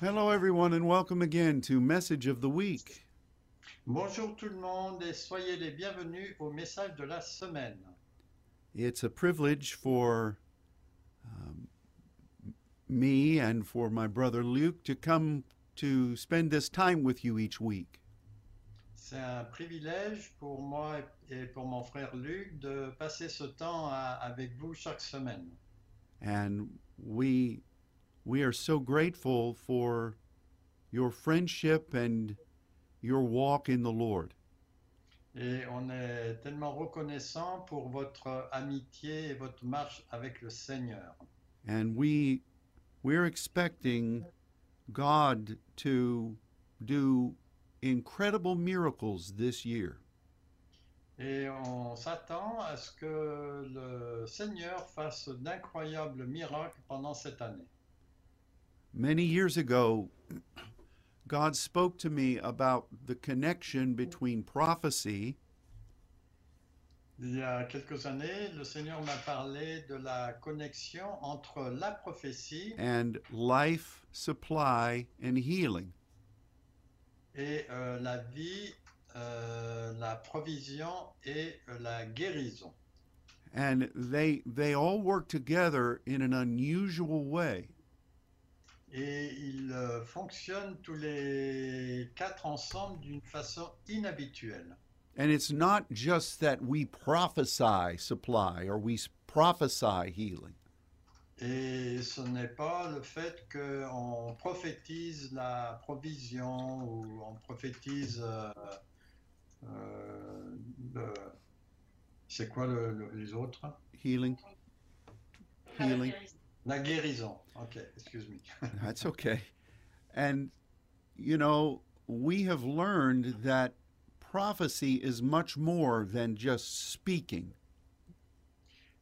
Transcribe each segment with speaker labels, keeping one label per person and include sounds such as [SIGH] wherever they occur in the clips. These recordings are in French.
Speaker 1: Hello, everyone, and welcome again to Message of the Week.
Speaker 2: Bonjour tout le monde et soyez les bienvenus au message de la semaine.
Speaker 1: It's a privilege for um, me and for my brother Luke to come to spend this time with you each week.
Speaker 2: C'est un privilège pour moi et pour mon frère Luc de passer ce temps à- avec vous chaque semaine.
Speaker 1: And we we are so grateful for your friendship and your walk in the Lord.
Speaker 2: Et on est tellement reconnaissant pour votre amitié et votre marche avec le Seigneur.
Speaker 1: And we we're expecting God to do incredible miracles this year.
Speaker 2: Et on s'attend à ce que le Seigneur fasse d'incroyables miracles pendant cette année.
Speaker 1: Many years ago, [CLEARS THROAT] God spoke to me about the connection between prophecy
Speaker 2: Il y a quelques années, le Seigneur m'a parlé de la connexion entre la prophétie
Speaker 1: and life supply and healing.
Speaker 2: et euh, la vie, euh, la provision et euh, la guérison.
Speaker 1: And they they all work together in an unusual way.
Speaker 2: Et ils euh, fonctionnent tous les quatre ensemble d'une façon inhabituelle.
Speaker 1: And it's not just that we prophesy supply or we s- prophesy healing.
Speaker 2: Et ce n'est pas le fait qu'on prophétise la provision ou on prophétise... euh, euh, le- C'est quoi le- le- les autres
Speaker 1: Healing. Healing.
Speaker 2: La guérison. Ok, excuse-moi.
Speaker 1: That's okay. And, you know, we have learned that prophecy is much more than just speaking.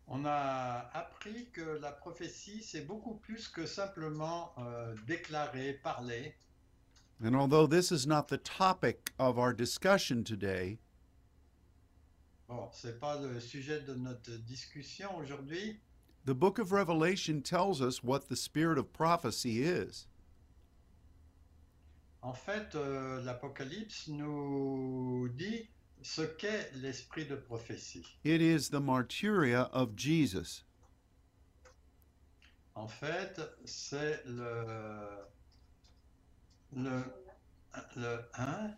Speaker 2: On a appris que la prophétie, c'est beaucoup plus que simplement euh, déclarer, parler.
Speaker 1: And although this is not the topic of our discussion today,
Speaker 2: Bon, c'est pas le sujet de notre discussion aujourd'hui,
Speaker 1: the book of Revelation tells us what the spirit of prophecy is.
Speaker 2: En fait, euh, l'Apocalypse nous dit ce qu'est l'esprit de prophétie.
Speaker 1: It is the martyria of Jesus.
Speaker 2: En fait, c'est le le le, hein?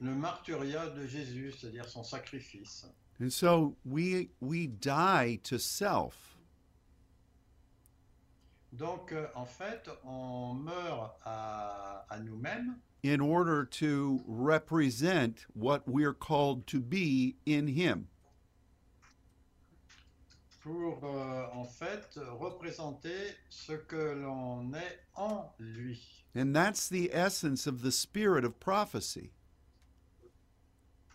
Speaker 2: le martyria de Jésus, c'est-à-dire son sacrifice.
Speaker 1: And so we we die to self
Speaker 2: Donc, euh, en fait, on meurt à, à nous-mêmes
Speaker 1: in order to represent what we're called to be in him.
Speaker 2: pour, euh, en fait, représenter ce que l'on est en lui.
Speaker 1: And that's the essence of the spirit of prophecy.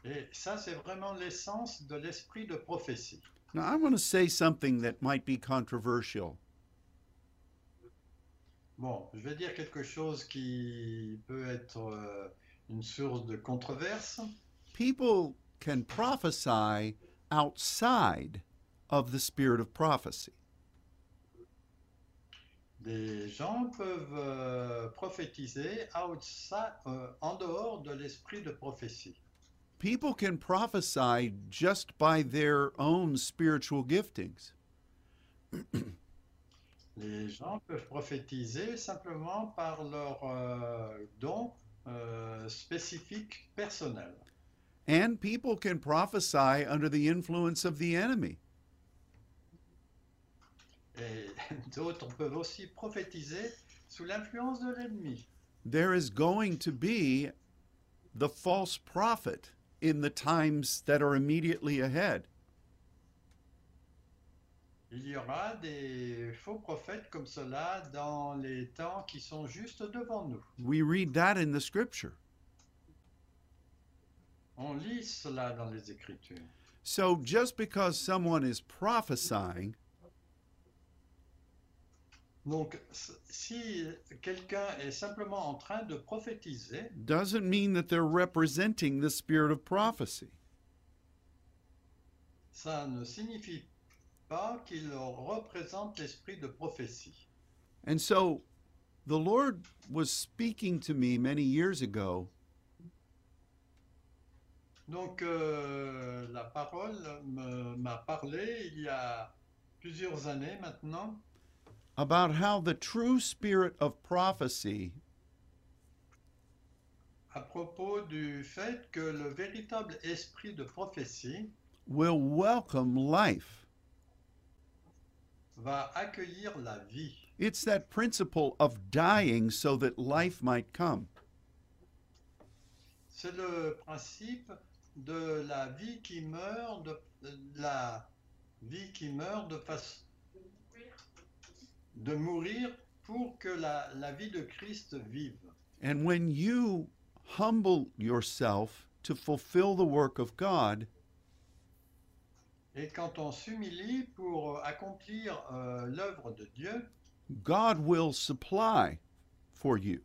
Speaker 2: Et ça, c'est vraiment l'essence de l'esprit de prophétie.
Speaker 1: Now, I want to say something that might be controversial.
Speaker 2: Bon, je vais dire quelque chose qui peut être euh, une source de controverse.
Speaker 1: People can prophesy outside of the spirit of prophecy.
Speaker 2: Des gens peuvent euh, prophétiser outside- euh, en dehors de l'esprit de prophétie.
Speaker 1: People can prophesy just by their own spiritual giftings.
Speaker 2: Les gens peuvent prophétiser simplement par leur euh, don euh, spécifique personnel.
Speaker 1: And people can prophesy under the influence of the enemy.
Speaker 2: Et [LAUGHS] d'autres peuvent aussi prophétiser sous l'influence de l'ennemi.
Speaker 1: There is going to be the false prophet in the times that are immediately ahead.
Speaker 2: Il y aura des faux prophètes comme cela dans les temps qui sont juste devant nous.
Speaker 1: We read that in the scripture.
Speaker 2: On lit cela dans les Écritures.
Speaker 1: So just because someone is prophesying
Speaker 2: Donc, si quelqu'un est simplement en train de prophétiser,
Speaker 1: doesn't mean that they're representing the spirit of prophecy.
Speaker 2: ça ne signifie pas qu'il représente l'esprit de prophétie.
Speaker 1: And so The Lord was speaking to me many years ago
Speaker 2: Donc euh, la parole me- m'a parlé il y a plusieurs années maintenant
Speaker 1: about how the true spirit of prophecy
Speaker 2: à propos du fait que le véritable esprit de prophétie
Speaker 1: will welcome life.
Speaker 2: va accueillir la vie.
Speaker 1: It's that principle of dying so that life might come.
Speaker 2: C'est le principe de la vie qui meurt de, de la vie qui meurt de façon de mourir pour que la, la vie de Christ vive.
Speaker 1: And when you humble yourself to fulfill the work of God,
Speaker 2: Et quand on s'humilie pour accomplir euh, l'œuvre de Dieu,
Speaker 1: God will supply for you.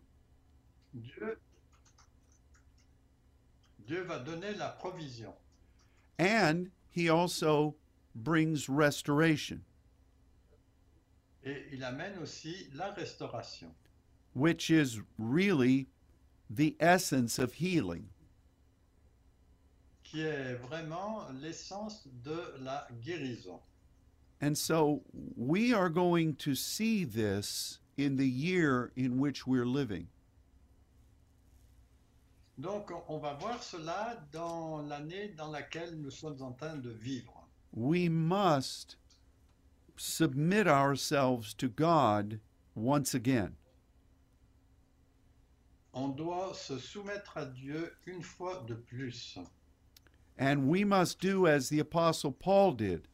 Speaker 2: Dieu, Dieu va donner la provision.
Speaker 1: And he also brings restoration,
Speaker 2: Et il amène aussi la restauration,
Speaker 1: which is really the essence of healing.
Speaker 2: qui est vraiment l'essence de la guérison.
Speaker 1: And so we are going to see this in the year in which we're living.
Speaker 2: Donc, on- on va voir cela dans l'année dans laquelle nous sommes en train de vivre.
Speaker 1: We must submit ourselves to God once again.
Speaker 2: On doit se soumettre à Dieu une fois de plus.
Speaker 1: And we must do as the Apostle Paul did.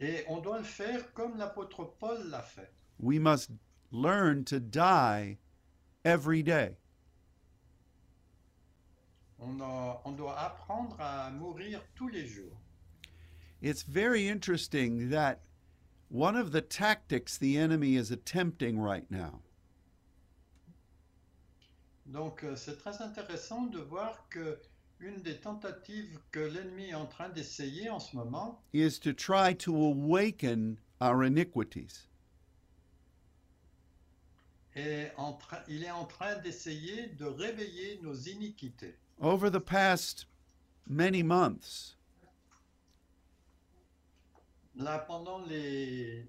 Speaker 2: Et on doit le faire comme l'apôtre Paul l'a fait.
Speaker 1: We must learn to die every day.
Speaker 2: On, a- on doit apprendre à mourir tous les jours.
Speaker 1: It's very interesting that one of the tactics the enemy is attempting right now
Speaker 2: Donc, euh, c'est très intéressant de voir que une des tentatives que l'ennemi est en train d'essayer en ce moment,
Speaker 1: is to try to awaken our iniquities.
Speaker 2: est en train- il est en train d'essayer de réveiller nos iniquités.
Speaker 1: Over the past many months,
Speaker 2: Là, pendant les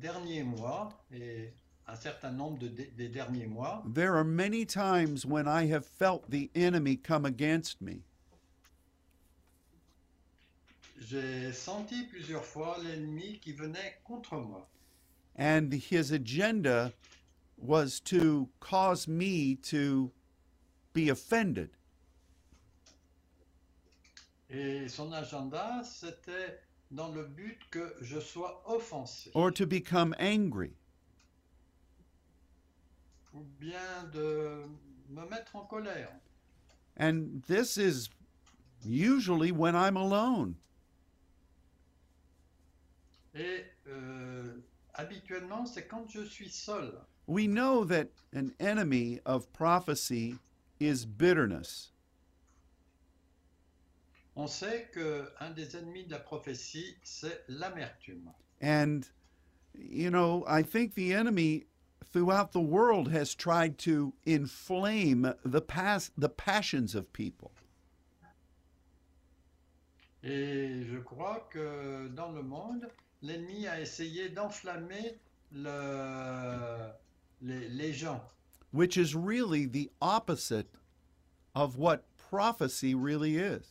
Speaker 2: derniers mois, et un certain nombre de- des derniers mois,
Speaker 1: there are many times when I have felt the enemy come against me.
Speaker 2: j'ai senti plusieurs fois l'ennemi qui venait contre moi.
Speaker 1: And his agenda was to cause me to be offended.
Speaker 2: Et son agenda, c'était dans le but que je sois offensé,
Speaker 1: or to become angry.
Speaker 2: ou bien de me mettre en colère.
Speaker 1: And this is usually when I'm alone.
Speaker 2: Et euh, habituellement, c'est quand je suis seul.
Speaker 1: We know that an enemy of prophecy is bitterness.
Speaker 2: On sait qu'un des ennemis de la prophétie, c'est l'amertume.
Speaker 1: And, you know, I think the enemy throughout the world has tried to inflame the, pas- the passions of people.
Speaker 2: Et je crois que dans le monde, l'ennemi a essayé d'enflammer le- les, les gens,
Speaker 1: Which is really the opposite of what prophecy really is.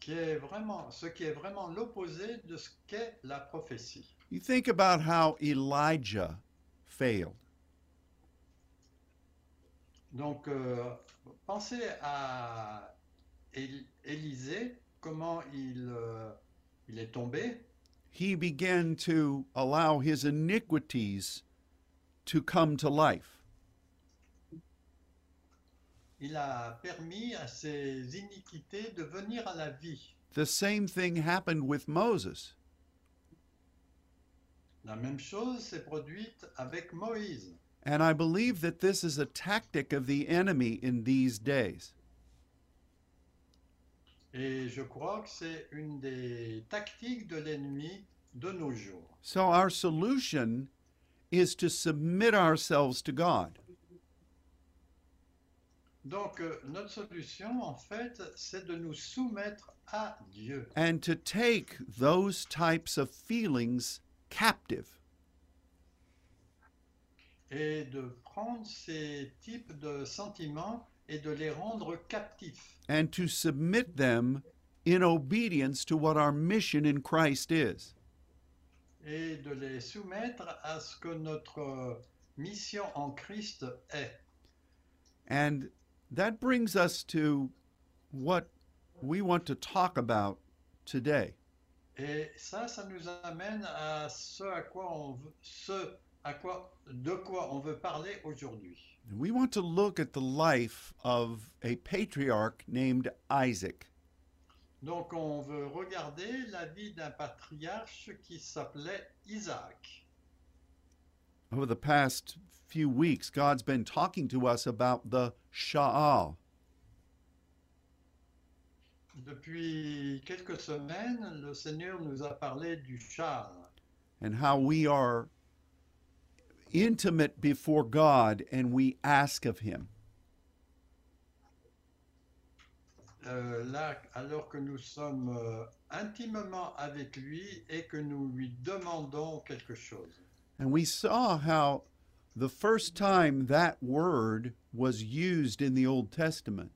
Speaker 2: qui est vraiment, ce qui est vraiment l'opposé de ce qu'est la prophétie.
Speaker 1: You think about how Elijah failed.
Speaker 2: Donc, euh, pensez à Él- Élisée, comment il, euh, il est tombé.
Speaker 1: he began to allow his iniquities to come to life.
Speaker 2: Il a permis à ses iniquités de venir à la vie.
Speaker 1: The same thing happened with Moses.
Speaker 2: La même chose s'est produite avec Moïse.
Speaker 1: And I believe that this is a tactic of the enemy in these days.
Speaker 2: Et je crois que c'est une des tactiques de l'ennemi de nos jours.
Speaker 1: So our solution is to submit ourselves to God.
Speaker 2: Donc euh, notre solution, en fait, c'est de nous soumettre à Dieu
Speaker 1: and to take those types of feelings captive.
Speaker 2: et de prendre ces types de sentiments et de les rendre captifs
Speaker 1: and to submit them in obedience to what our mission in Christ is.
Speaker 2: et de les soumettre à ce que notre mission en Christ est.
Speaker 1: And that brings us to what we want to talk about today.
Speaker 2: Et ça, ça nous amène à ce à quoi on veut, ce à quoi, de quoi on veut parler aujourd'hui.
Speaker 1: We want to look at the life of a patriarch named Isaac.
Speaker 2: Donc, on veut regarder la vie d'un patriarche qui s'appelait Isaac.
Speaker 1: Over the past few weeks, God's been talking to us about the Sha'al.
Speaker 2: Depuis quelques semaines, le Seigneur nous a parlé du char
Speaker 1: and how we are intimate before God and we ask of Him.
Speaker 2: Euh, là, alors que nous sommes euh, intimement avec lui et que nous lui demandons quelque chose.
Speaker 1: And we saw how the first time that word was used in the Old Testament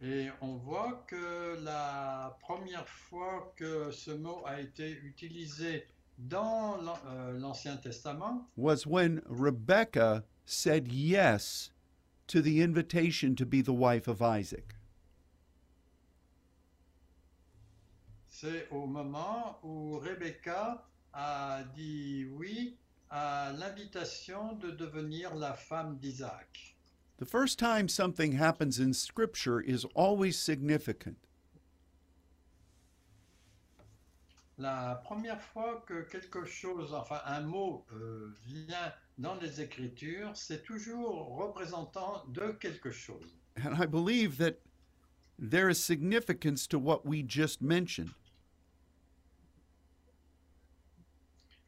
Speaker 2: Et on voit que la première fois que ce mot a été utilisé dans l'An- euh, l'Ancien Testament,
Speaker 1: was when Rebecca said yes to the invitation to be the wife of Isaac.
Speaker 2: c'est au moment où Rebecca a dit oui à l'invitation de devenir la femme d'Isaac.
Speaker 1: The first time something happens in Scripture is always significant.
Speaker 2: La première fois que quelque chose, enfin un mot euh, vient dans les Écritures, c'est toujours représentant de quelque chose.
Speaker 1: And I believe that there is significance to what we just mentioned.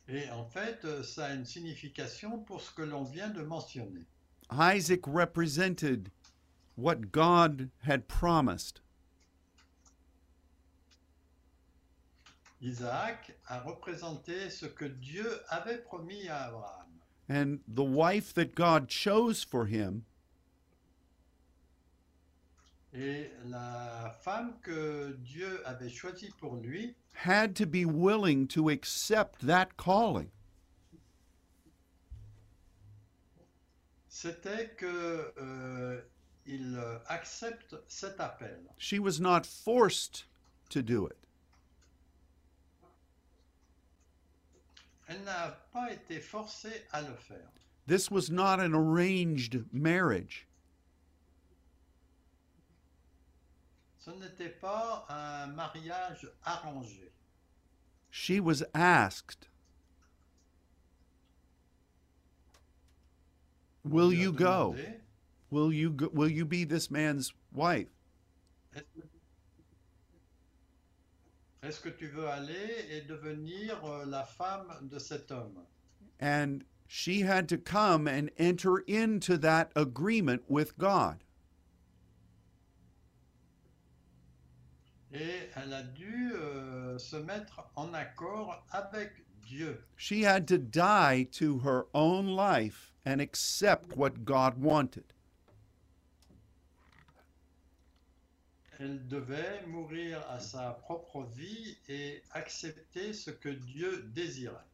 Speaker 2: Et en fait, euh, ça a une signification pour ce que l'on vient de mentionner.
Speaker 1: Isaac represented what God had promised.
Speaker 2: Isaac a représenté ce que Dieu avait promis à Abraham.
Speaker 1: And the wife that God chose for him
Speaker 2: Et la femme que Dieu avait choisie pour lui,
Speaker 1: had to be willing to accept that calling.
Speaker 2: c'était que euh, il euh, accepte cet appel.
Speaker 1: She was not forced to do it.
Speaker 2: Elle n'a pas été forcée à le faire.
Speaker 1: This was not an arranged marriage.
Speaker 2: Ce n'était pas un mariage arrangé.
Speaker 1: She was asked,
Speaker 2: On
Speaker 1: "Will
Speaker 2: lui a
Speaker 1: you go?
Speaker 2: demandé,
Speaker 1: Will you go, will you be this man's wife?"
Speaker 2: Est-ce que- Est-ce que tu veux aller et devenir euh, la femme de cet homme
Speaker 1: And she had to come and enter into that agreement with God.
Speaker 2: Et elle a dû euh, se mettre en accord avec Dieu.
Speaker 1: She had to die to her own life and accept what God wanted.
Speaker 2: Elle devait mourir à sa propre vie et accepter ce que Dieu désirait.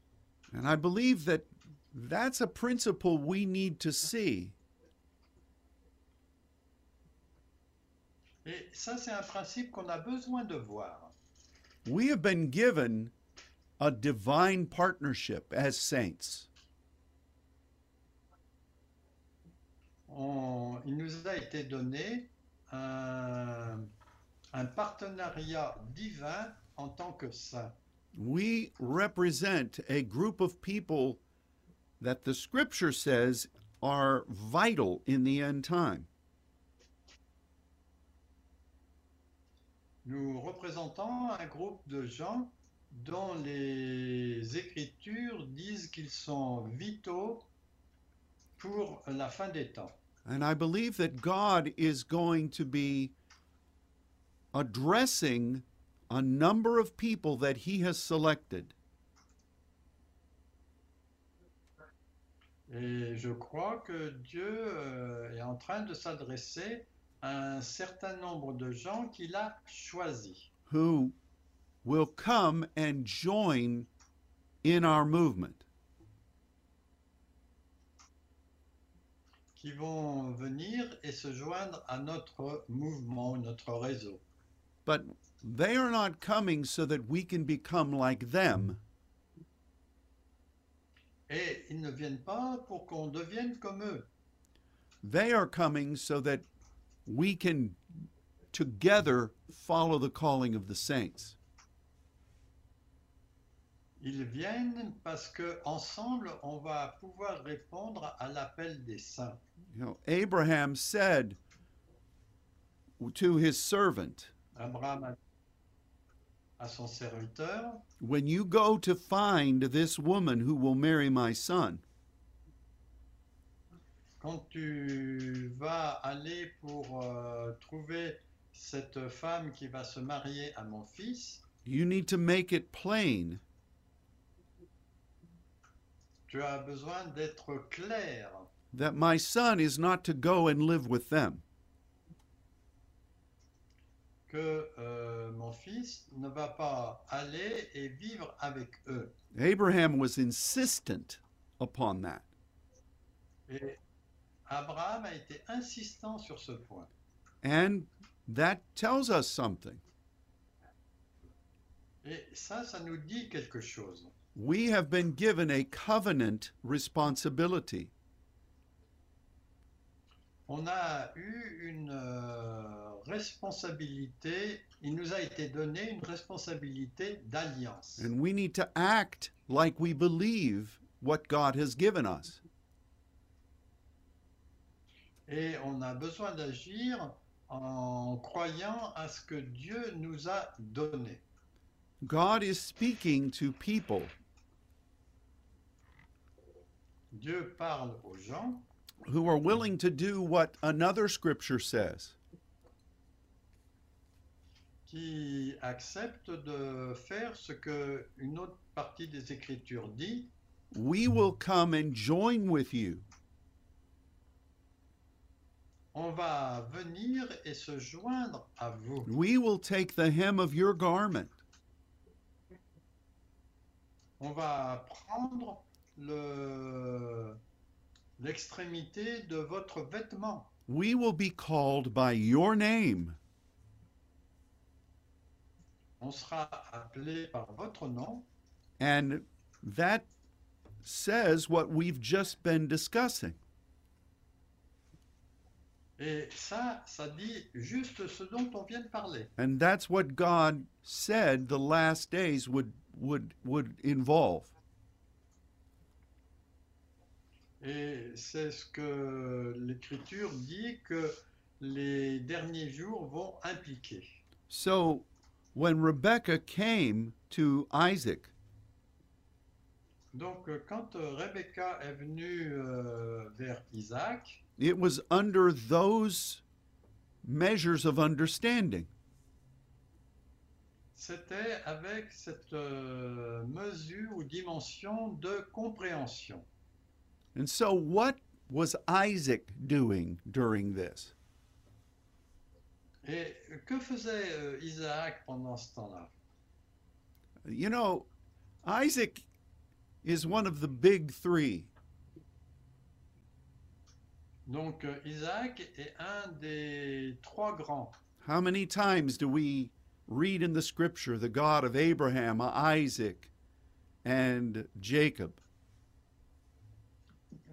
Speaker 1: And I believe that that's a principle we need to see.
Speaker 2: Et ça, c'est un principe qu'on a besoin de voir.
Speaker 1: We have been given a divine partnership as saints.
Speaker 2: On- il nous a été donné un, un partenariat divin en tant que saint.
Speaker 1: We represent a group of people that the scripture says are vital in the end time.
Speaker 2: Nous représentons un groupe de gens dont les écritures disent qu'ils sont vitaux pour la fin des temps.
Speaker 1: And I believe that God is going to be addressing a number of people that He has selected.
Speaker 2: Et je crois que Dieu euh, est en train de s'adresser à un certain nombre de gens qu'il a choisis,
Speaker 1: who will come and join in our movement.
Speaker 2: qui vont venir et se joindre à notre mouvement, notre réseau.
Speaker 1: But they are not coming so that we can become like them.
Speaker 2: Et ils ne viennent pas pour qu'on devienne comme eux.
Speaker 1: They are coming so that we can together follow the calling of the saints.
Speaker 2: Ils viennent parce que ensemble, on va pouvoir répondre à l'appel des saints.
Speaker 1: You know, Abraham said to his servant,
Speaker 2: Abraham a- à son serviteur,
Speaker 1: When you go to find this woman who will marry my son,
Speaker 2: quand tu vas aller pour euh, trouver cette femme qui va se marier à mon fils,
Speaker 1: you need to make it plain
Speaker 2: tu as besoin d'être clair
Speaker 1: that my son is not to go and live with them.
Speaker 2: que euh, mon fils ne va pas aller et vivre avec eux.
Speaker 1: Abraham was insistent upon that.
Speaker 2: Et Abraham a été insistant sur ce point.
Speaker 1: And that tells us something.
Speaker 2: Et ça, ça nous dit quelque chose.
Speaker 1: We have been given a covenant responsibility.
Speaker 2: On a eu une euh, responsabilité, il nous a été donné une responsabilité d'alliance.
Speaker 1: And we need to act like we believe what God has given us.
Speaker 2: Et on a besoin d'agir en croyant à ce que Dieu nous a donné.
Speaker 1: God is speaking to people,
Speaker 2: Dieu parle aux gens
Speaker 1: who are willing to do what another scripture says
Speaker 2: qui acceptent de faire ce que une autre partie des Écritures dit.
Speaker 1: We will come and join with you.
Speaker 2: On va venir et se joindre à vous.
Speaker 1: We will take the hem of your garment.
Speaker 2: On va prendre le- l'extrémité de votre vêtement.
Speaker 1: We will be called by your name.
Speaker 2: On sera appelé par votre nom
Speaker 1: And that says what we've just been discussing.
Speaker 2: et ça, ça dit juste ce dont on vient de parler.
Speaker 1: And that's what God said the last days would would would involve.
Speaker 2: Et c'est ce que l'Écriture dit que les derniers jours vont impliquer.
Speaker 1: So when Rebecca came to Isaac,
Speaker 2: Donc, euh, quand euh, Rebecca est venue euh, vers Isaac,
Speaker 1: it was under those measures of understanding.
Speaker 2: c'était avec cette euh, mesure ou dimension de compréhension.
Speaker 1: And so what was Isaac doing during this?
Speaker 2: Et que faisait euh, Isaac pendant ce temps-là
Speaker 1: You know, Isaac is one of the big 3.
Speaker 2: Donc, euh, Isaac est un des trois grands.
Speaker 1: How many times do we read in the scripture the God of Abraham, Isaac, and Jacob?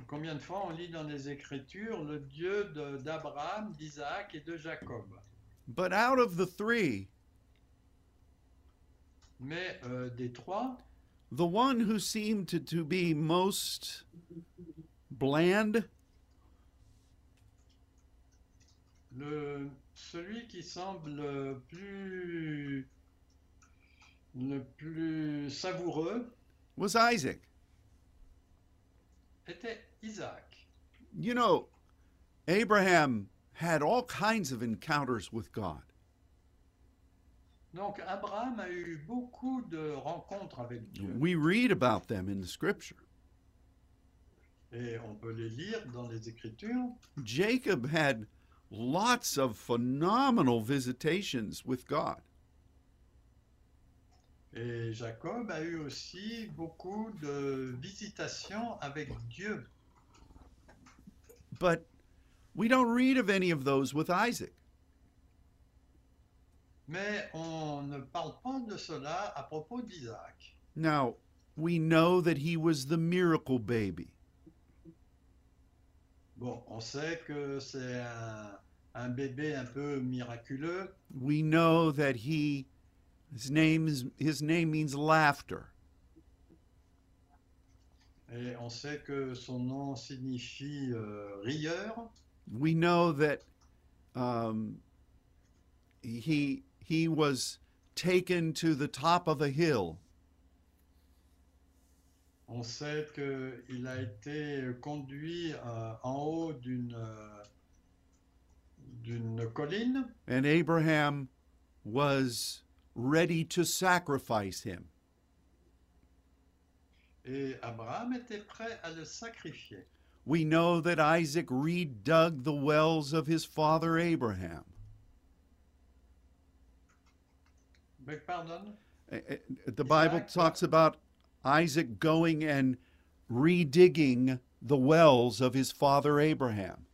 Speaker 2: Combien de fois on lit dans les Écritures le Dieu de- d'Abraham, d'Isaac et de Jacob
Speaker 1: But out of the three,
Speaker 2: Mais euh, des trois,
Speaker 1: the one who seemed to, to be most bland
Speaker 2: le, celui qui semble le plus, le plus savoureux
Speaker 1: was Isaac.
Speaker 2: était Isaac.
Speaker 1: You know, Abraham had all kinds of encounters with God.
Speaker 2: Donc Abraham a eu beaucoup de rencontres avec Dieu
Speaker 1: We read about them in the scripture.
Speaker 2: et on peut les lire dans les Écritures.
Speaker 1: Jacob had lots of phenomenal visitations with God.
Speaker 2: Et Jacob a eu aussi beaucoup de visitations avec Dieu.
Speaker 1: But we don't read of any of those with Isaac.
Speaker 2: Mais on ne parle pas de cela à propos d'Isaac.
Speaker 1: Now, we know that he was the miracle baby.
Speaker 2: Bon, on sait que c'est un, un bébé un peu miraculeux.
Speaker 1: We know that he his name is, his name means laughter.
Speaker 2: Et on sait que son nom signifie euh, rieur.
Speaker 1: We know that um, he he was taken to the top of a hill
Speaker 2: On sait qu'il a été conduit euh, en haut d'une euh, d'une colline
Speaker 1: and Abraham was ready to sacrifice him.
Speaker 2: et Abraham était prêt à le sacrifier.
Speaker 1: We know that Isaac redug the wells of his father Abraham.
Speaker 2: Mais pardonne
Speaker 1: Eh, eh, The Bible
Speaker 2: Exactly.
Speaker 1: talks about Isaac going and redigging the wells of his father Abraham.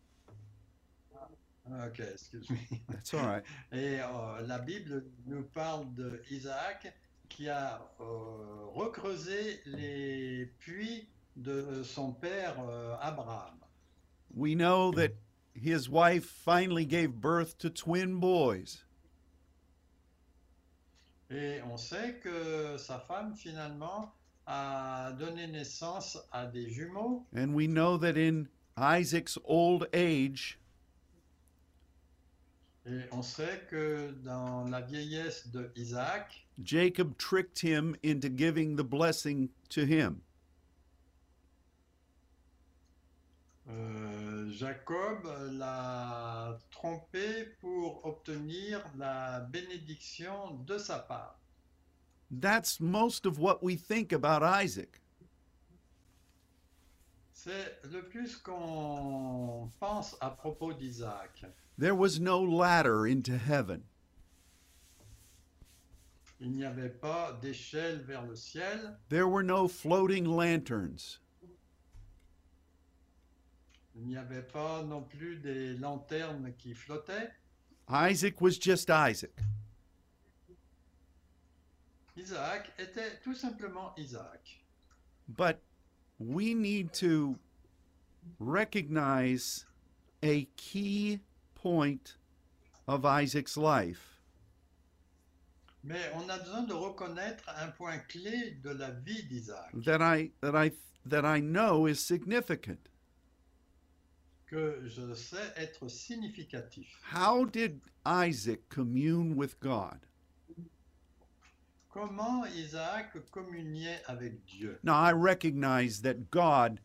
Speaker 2: Ah, Ok, excuse-moi.
Speaker 1: That's all right.
Speaker 2: Et euh, la Bible nous parle de Isaac qui a euh, recreusé les puits de son père euh, Abraham.
Speaker 1: We know that his wife finally gave birth to twin boys.
Speaker 2: Et on sait que sa femme finalement a donné naissance à des jumeaux.
Speaker 1: And we know that in Isaac's old age,
Speaker 2: Et on sait que dans la vieillesse de Isaac,
Speaker 1: Jacob tricked him into giving the blessing to him.
Speaker 2: euh, Jacob l'a trompé pour obtenir la bénédiction de sa part.
Speaker 1: That's most of what we think about Isaac.
Speaker 2: C'est le plus qu'on pense à propos d'Isaac.
Speaker 1: There was no ladder into heaven.
Speaker 2: Il n'y avait pas d'échelle vers le ciel,
Speaker 1: There were no floating lanterns.
Speaker 2: il n'y avait pas non plus des lanternes qui flottaient.
Speaker 1: Isaac was just Isaac.
Speaker 2: Isaac était tout simplement Isaac.
Speaker 1: But we need to recognize a key point of Isaac's life.
Speaker 2: Mais on a besoin de reconnaître un point clé de la vie d'Isaac,
Speaker 1: that I that I that I know is significant.
Speaker 2: que je sais être significatif.
Speaker 1: How did Isaac commune with God?
Speaker 2: Comment Isaac communiait avec Dieu
Speaker 1: Now I recognize that God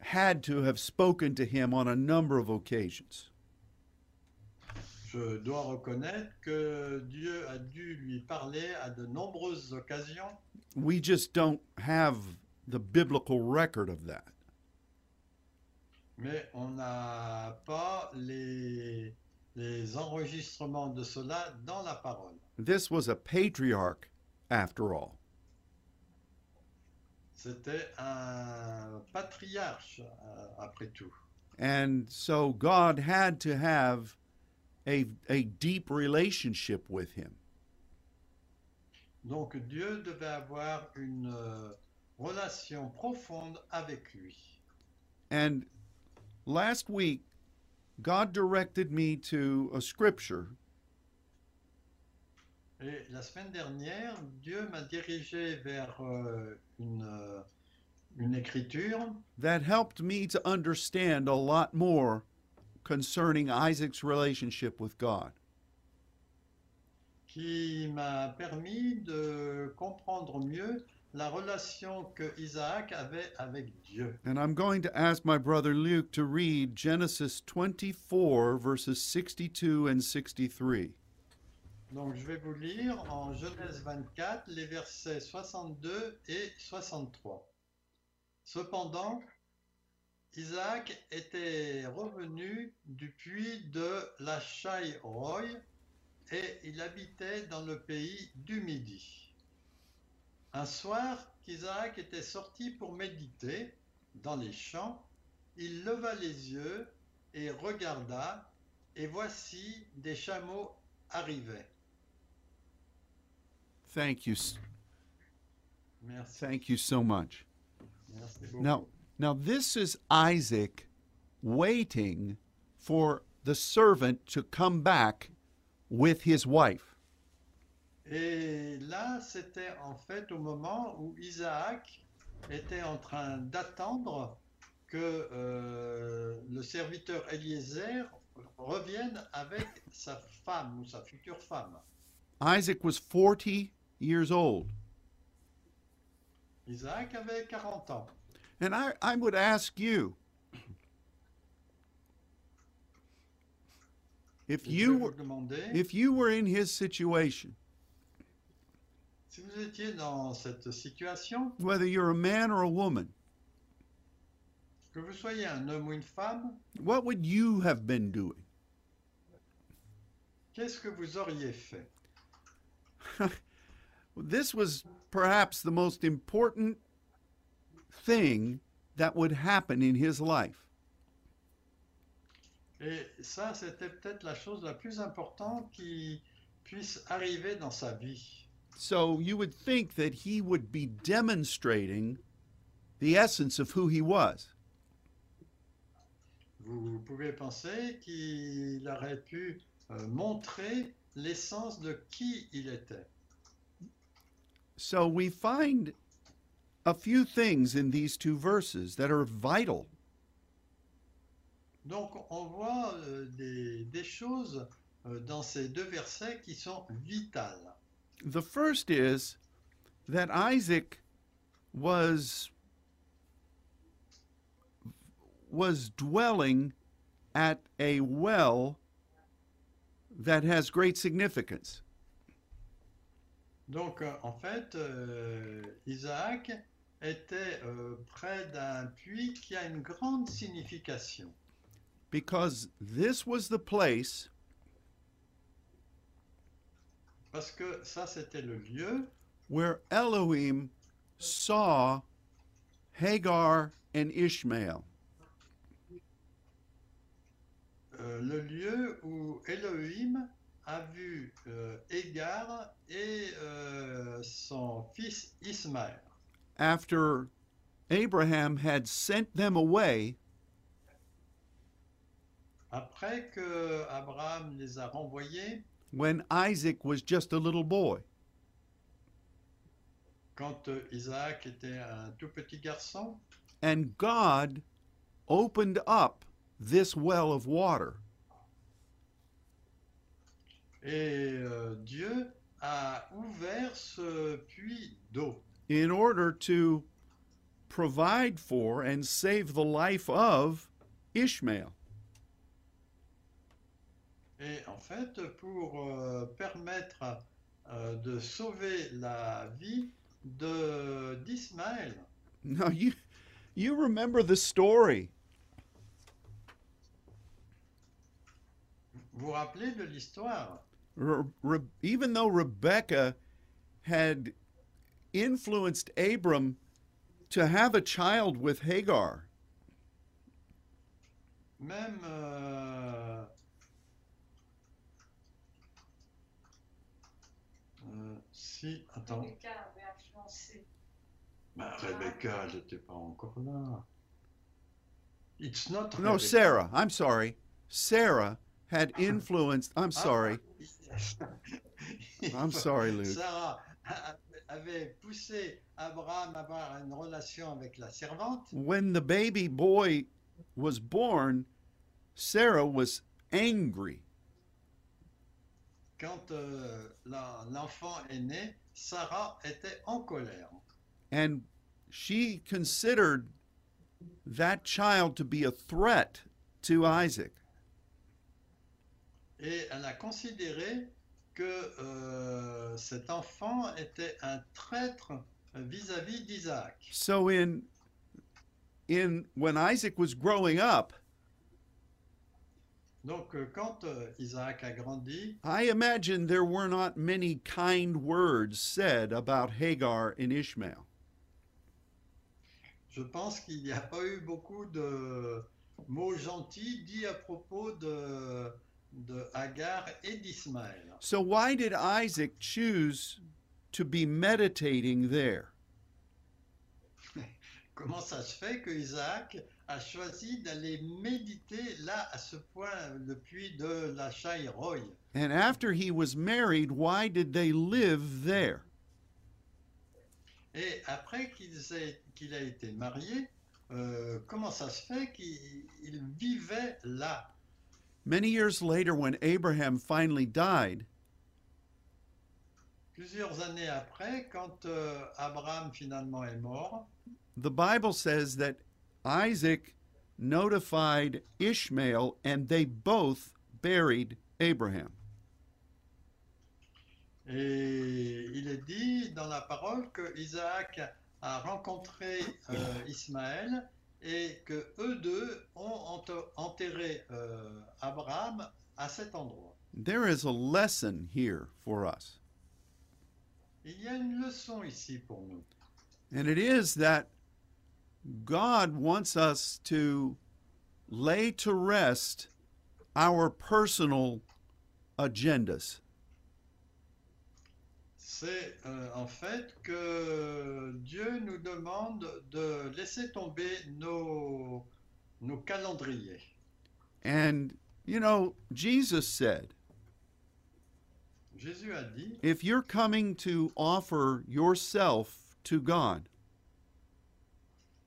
Speaker 1: had to have spoken to him on a number of occasions.
Speaker 2: Je dois reconnaître que Dieu a dû lui parler à de nombreuses occasions.
Speaker 1: We just don't have the biblical record of that.
Speaker 2: Mais on n'a pas les, les enregistrements de cela dans la parole.
Speaker 1: This was a patriarch after all.
Speaker 2: C'était un patriarche, euh, après tout.
Speaker 1: And so God had to have a, a deep relationship with him.
Speaker 2: Donc Dieu devait avoir une euh, relation profonde avec lui.
Speaker 1: And last week, God directed me to a scripture
Speaker 2: Et la semaine dernière, Dieu m'a dirigé vers euh, une, euh, une écriture
Speaker 1: that helped me to understand a lot more concerning Isaac's relationship with God.
Speaker 2: qui m'a permis de comprendre mieux la relation que Isaac avait avec Dieu.
Speaker 1: And I'm going to ask my brother Luke to read Genesis 24, verses 62 and 63.
Speaker 2: Donc je vais vous lire en Genèse 24 les versets 62 et 63. Cependant, Isaac était revenu du puits de la Chaille Roy et il habitait dans le pays du Midi. Un soir qu'Isaac était sorti pour méditer dans les champs, il leva les yeux et regarda, et voici des chameaux arrivaient.
Speaker 1: Thank you. s-
Speaker 2: Merci.
Speaker 1: Thank you so much.
Speaker 2: Merci beaucoup.
Speaker 1: Now, now this is Isaac waiting for the servant to come back with his wife.
Speaker 2: Et là, c'était en fait au moment où Isaac était en train d'attendre que euh, le serviteur Eliezer revienne avec sa femme ou sa future femme.
Speaker 1: Isaac was 40 years old.
Speaker 2: Isaac avait 40 ans.
Speaker 1: And I, I would ask you if
Speaker 2: Et je vais
Speaker 1: you
Speaker 2: vous
Speaker 1: were,
Speaker 2: demander,
Speaker 1: if you were in his situation,
Speaker 2: si vous étiez dans cette situation,
Speaker 1: whether you're a man or a woman,
Speaker 2: que vous soyez un homme ou une femme,
Speaker 1: what would you have been doing?
Speaker 2: qu'est-ce que vous auriez fait
Speaker 1: This was perhaps the most important thing that would happen in his life.
Speaker 2: Et ça, c'était peut-être la chose la plus importante qui puisse arriver dans sa vie.
Speaker 1: So you would think that he would be demonstrating the essence of who he was.
Speaker 2: Vous pouvez penser qu'il aurait pu euh, montrer l'essence de qui il était.
Speaker 1: So we find a few things in these two verses that are vital.
Speaker 2: Donc on voit euh, des, des choses euh, dans ces deux versets qui sont vitales.
Speaker 1: The first is that Isaac was was dwelling at a well that has great significance.
Speaker 2: Donc euh, en fait, euh, Isaac était euh, près d'un puits qui a une grande signification.
Speaker 1: because this was the place
Speaker 2: Parce que ça, c'était le lieu
Speaker 1: where Elohim saw Hagar and Ishmael.
Speaker 2: Euh, le lieu où Elohim a vu euh, Égar et euh, son fils Ismaël.
Speaker 1: After Abraham had sent them away,
Speaker 2: Après que Abraham les a renvoyés,
Speaker 1: when Isaac was just a little boy,
Speaker 2: quand euh, Isaac était un tout petit garçon,
Speaker 1: and God opened up this well of water.
Speaker 2: et euh, Dieu a ouvert ce puits d'eau
Speaker 1: in order to provide for and save the life of Ishmael.
Speaker 2: Et en fait, pour euh, permettre euh, de sauver la vie de d'Ismaël.
Speaker 1: Now you you remember the story.
Speaker 2: Vous vous rappelez de l'histoire
Speaker 1: Re- Re- even though Rebecca had influenced Abram to have a child with Hagar,
Speaker 2: Même, euh, euh, si, attends,
Speaker 3: Rebecca avait influencé.
Speaker 2: bah, Rebecca, elle n'était pas encore là. It's not
Speaker 1: no,
Speaker 2: Rebecca.
Speaker 1: Sarah, I'm sorry, Sarah had influenced, I'm
Speaker 2: Ah, [LAUGHS]
Speaker 1: sorry,
Speaker 2: il
Speaker 1: I'm
Speaker 2: faut-
Speaker 1: sorry, Luke.
Speaker 2: Sarah a- avait poussé Abraham à avoir une relation avec la servante.
Speaker 1: When the baby boy was born, Sarah was angry.
Speaker 2: Quand euh, la- l'enfant est né, Sarah était en colère.
Speaker 1: And she considered that child to be a threat to Isaac.
Speaker 2: Et elle a considéré que euh, cet enfant était un traître vis-à-vis d'Isaac.
Speaker 1: So in in when Isaac was growing up,
Speaker 2: Donc euh, quand euh, Isaac a grandi,
Speaker 1: I imagine there were not many kind words said about Hagar and Ishmael.
Speaker 2: je pense qu'il n'y a pas eu beaucoup de mots gentils dits à propos de, de Agar et d'Ismaël.
Speaker 1: So why did Isaac choose to be meditating there?
Speaker 2: Comment ça se fait que Isaac a choisi d'aller méditer là à ce point le puits de la Chaïroï
Speaker 1: And after he was married, why did they live there?
Speaker 2: Et après qu'ils aient- qu'il a été marié, euh, comment ça se fait qu'il il vivait là
Speaker 1: Many years later, when Abraham finally died,
Speaker 2: Plusieurs années après, quand euh, Abraham finalement est mort,
Speaker 1: the Bible says that Isaac notified Ishmael and they both buried Abraham.
Speaker 2: et il est dit dans la parole que Isaac a rencontré euh, Ismaël et que eux deux ont ente- enterré euh, Abraham à cet endroit.
Speaker 1: There is a lesson here for us,
Speaker 2: Il y a une leçon ici pour nous.
Speaker 1: and it is that God wants us to lay to rest our personal agendas.
Speaker 2: c'est euh, en fait que Dieu nous demande de laisser tomber nos, nos calendriers.
Speaker 1: And, you know, Jesus said,
Speaker 2: Jésus a dit,
Speaker 1: if you're coming to offer yourself to God,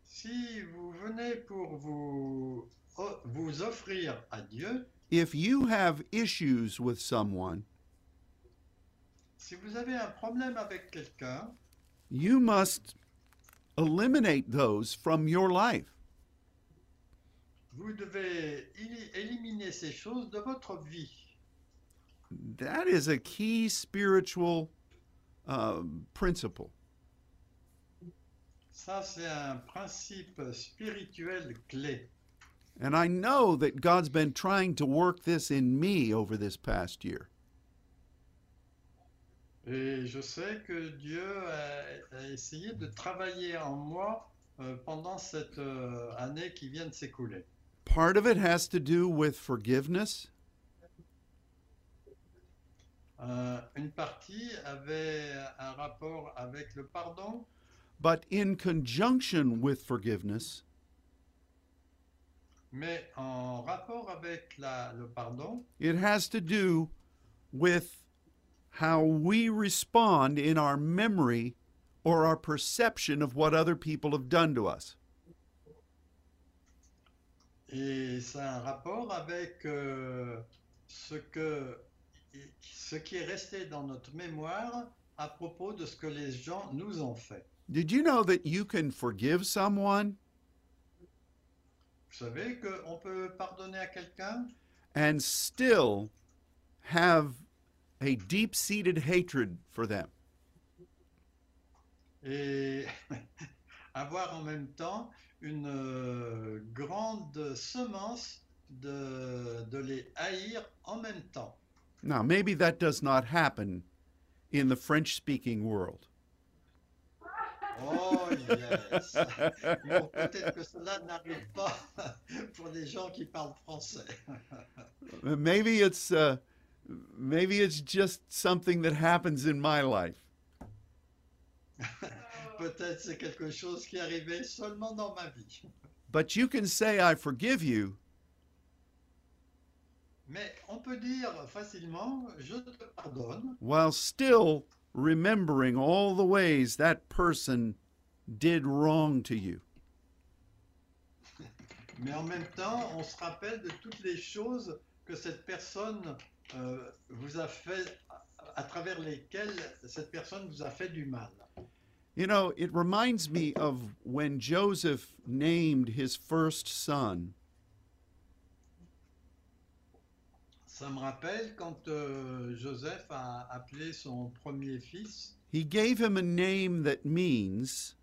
Speaker 2: si vous venez pour vous, o- vous offrir à Dieu,
Speaker 1: if you have issues with someone,
Speaker 2: si vous avez un problème avec quelqu'un,
Speaker 1: you must eliminate those from your life.
Speaker 2: vous devez éli- éliminer ces choses de votre vie.
Speaker 1: That is a key spiritual um, principle.
Speaker 2: Ça, c'est un principe spirituel clé.
Speaker 1: And I know that God's been trying to work this in me over this past year.
Speaker 2: Et je sais que Dieu a, a essayé de travailler en moi euh, pendant cette euh, année qui vient de s'écouler.
Speaker 1: Part of it has to do with forgiveness,
Speaker 2: Euh, une partie avait un rapport avec le pardon,
Speaker 1: but in conjunction with forgiveness,
Speaker 2: mais en rapport avec la- le pardon,
Speaker 1: It has to do with how we respond in our memory or our perception of what other people have done to us.
Speaker 2: et ça a un rapport avec euh, ce que, ce qui est resté dans notre mémoire à propos de ce que les gens nous ont fait.
Speaker 1: Did you know that you can forgive someone
Speaker 2: Vous savez qu'on peut pardonner à quelqu'un
Speaker 1: and still have a deep seated hatred for them?
Speaker 2: et [LAUGHS] avoir en même temps une euh, grande semence de, de les haïr en même temps.
Speaker 1: Now, maybe that does not happen in the French speaking world. [LAUGHS]
Speaker 2: Oh
Speaker 1: [LAUGHS]
Speaker 2: yes! Bon, peut-être que cela n'arrive pas [LAUGHS] pour les gens qui parlent français. [LAUGHS]
Speaker 1: Maybe it's, uh, maybe it's just something that happens in my life.
Speaker 2: Peut-être c'est quelque chose qui arrivait seulement dans ma vie.
Speaker 1: But you can say, I forgive you,
Speaker 2: Mais on peut dire facilement, je te pardonne,
Speaker 1: while still remembering all the ways that person did wrong to you.
Speaker 2: mais en même temps, on se rappelle de toutes les choses que cette personne euh, vous a fait, à travers lesquelles cette personne vous a fait du mal.
Speaker 1: You know, it reminds me of when Joseph named his first son.
Speaker 2: Ça me rappelle quand euh, Joseph a appelé son premier fils,
Speaker 1: He gave him a name that means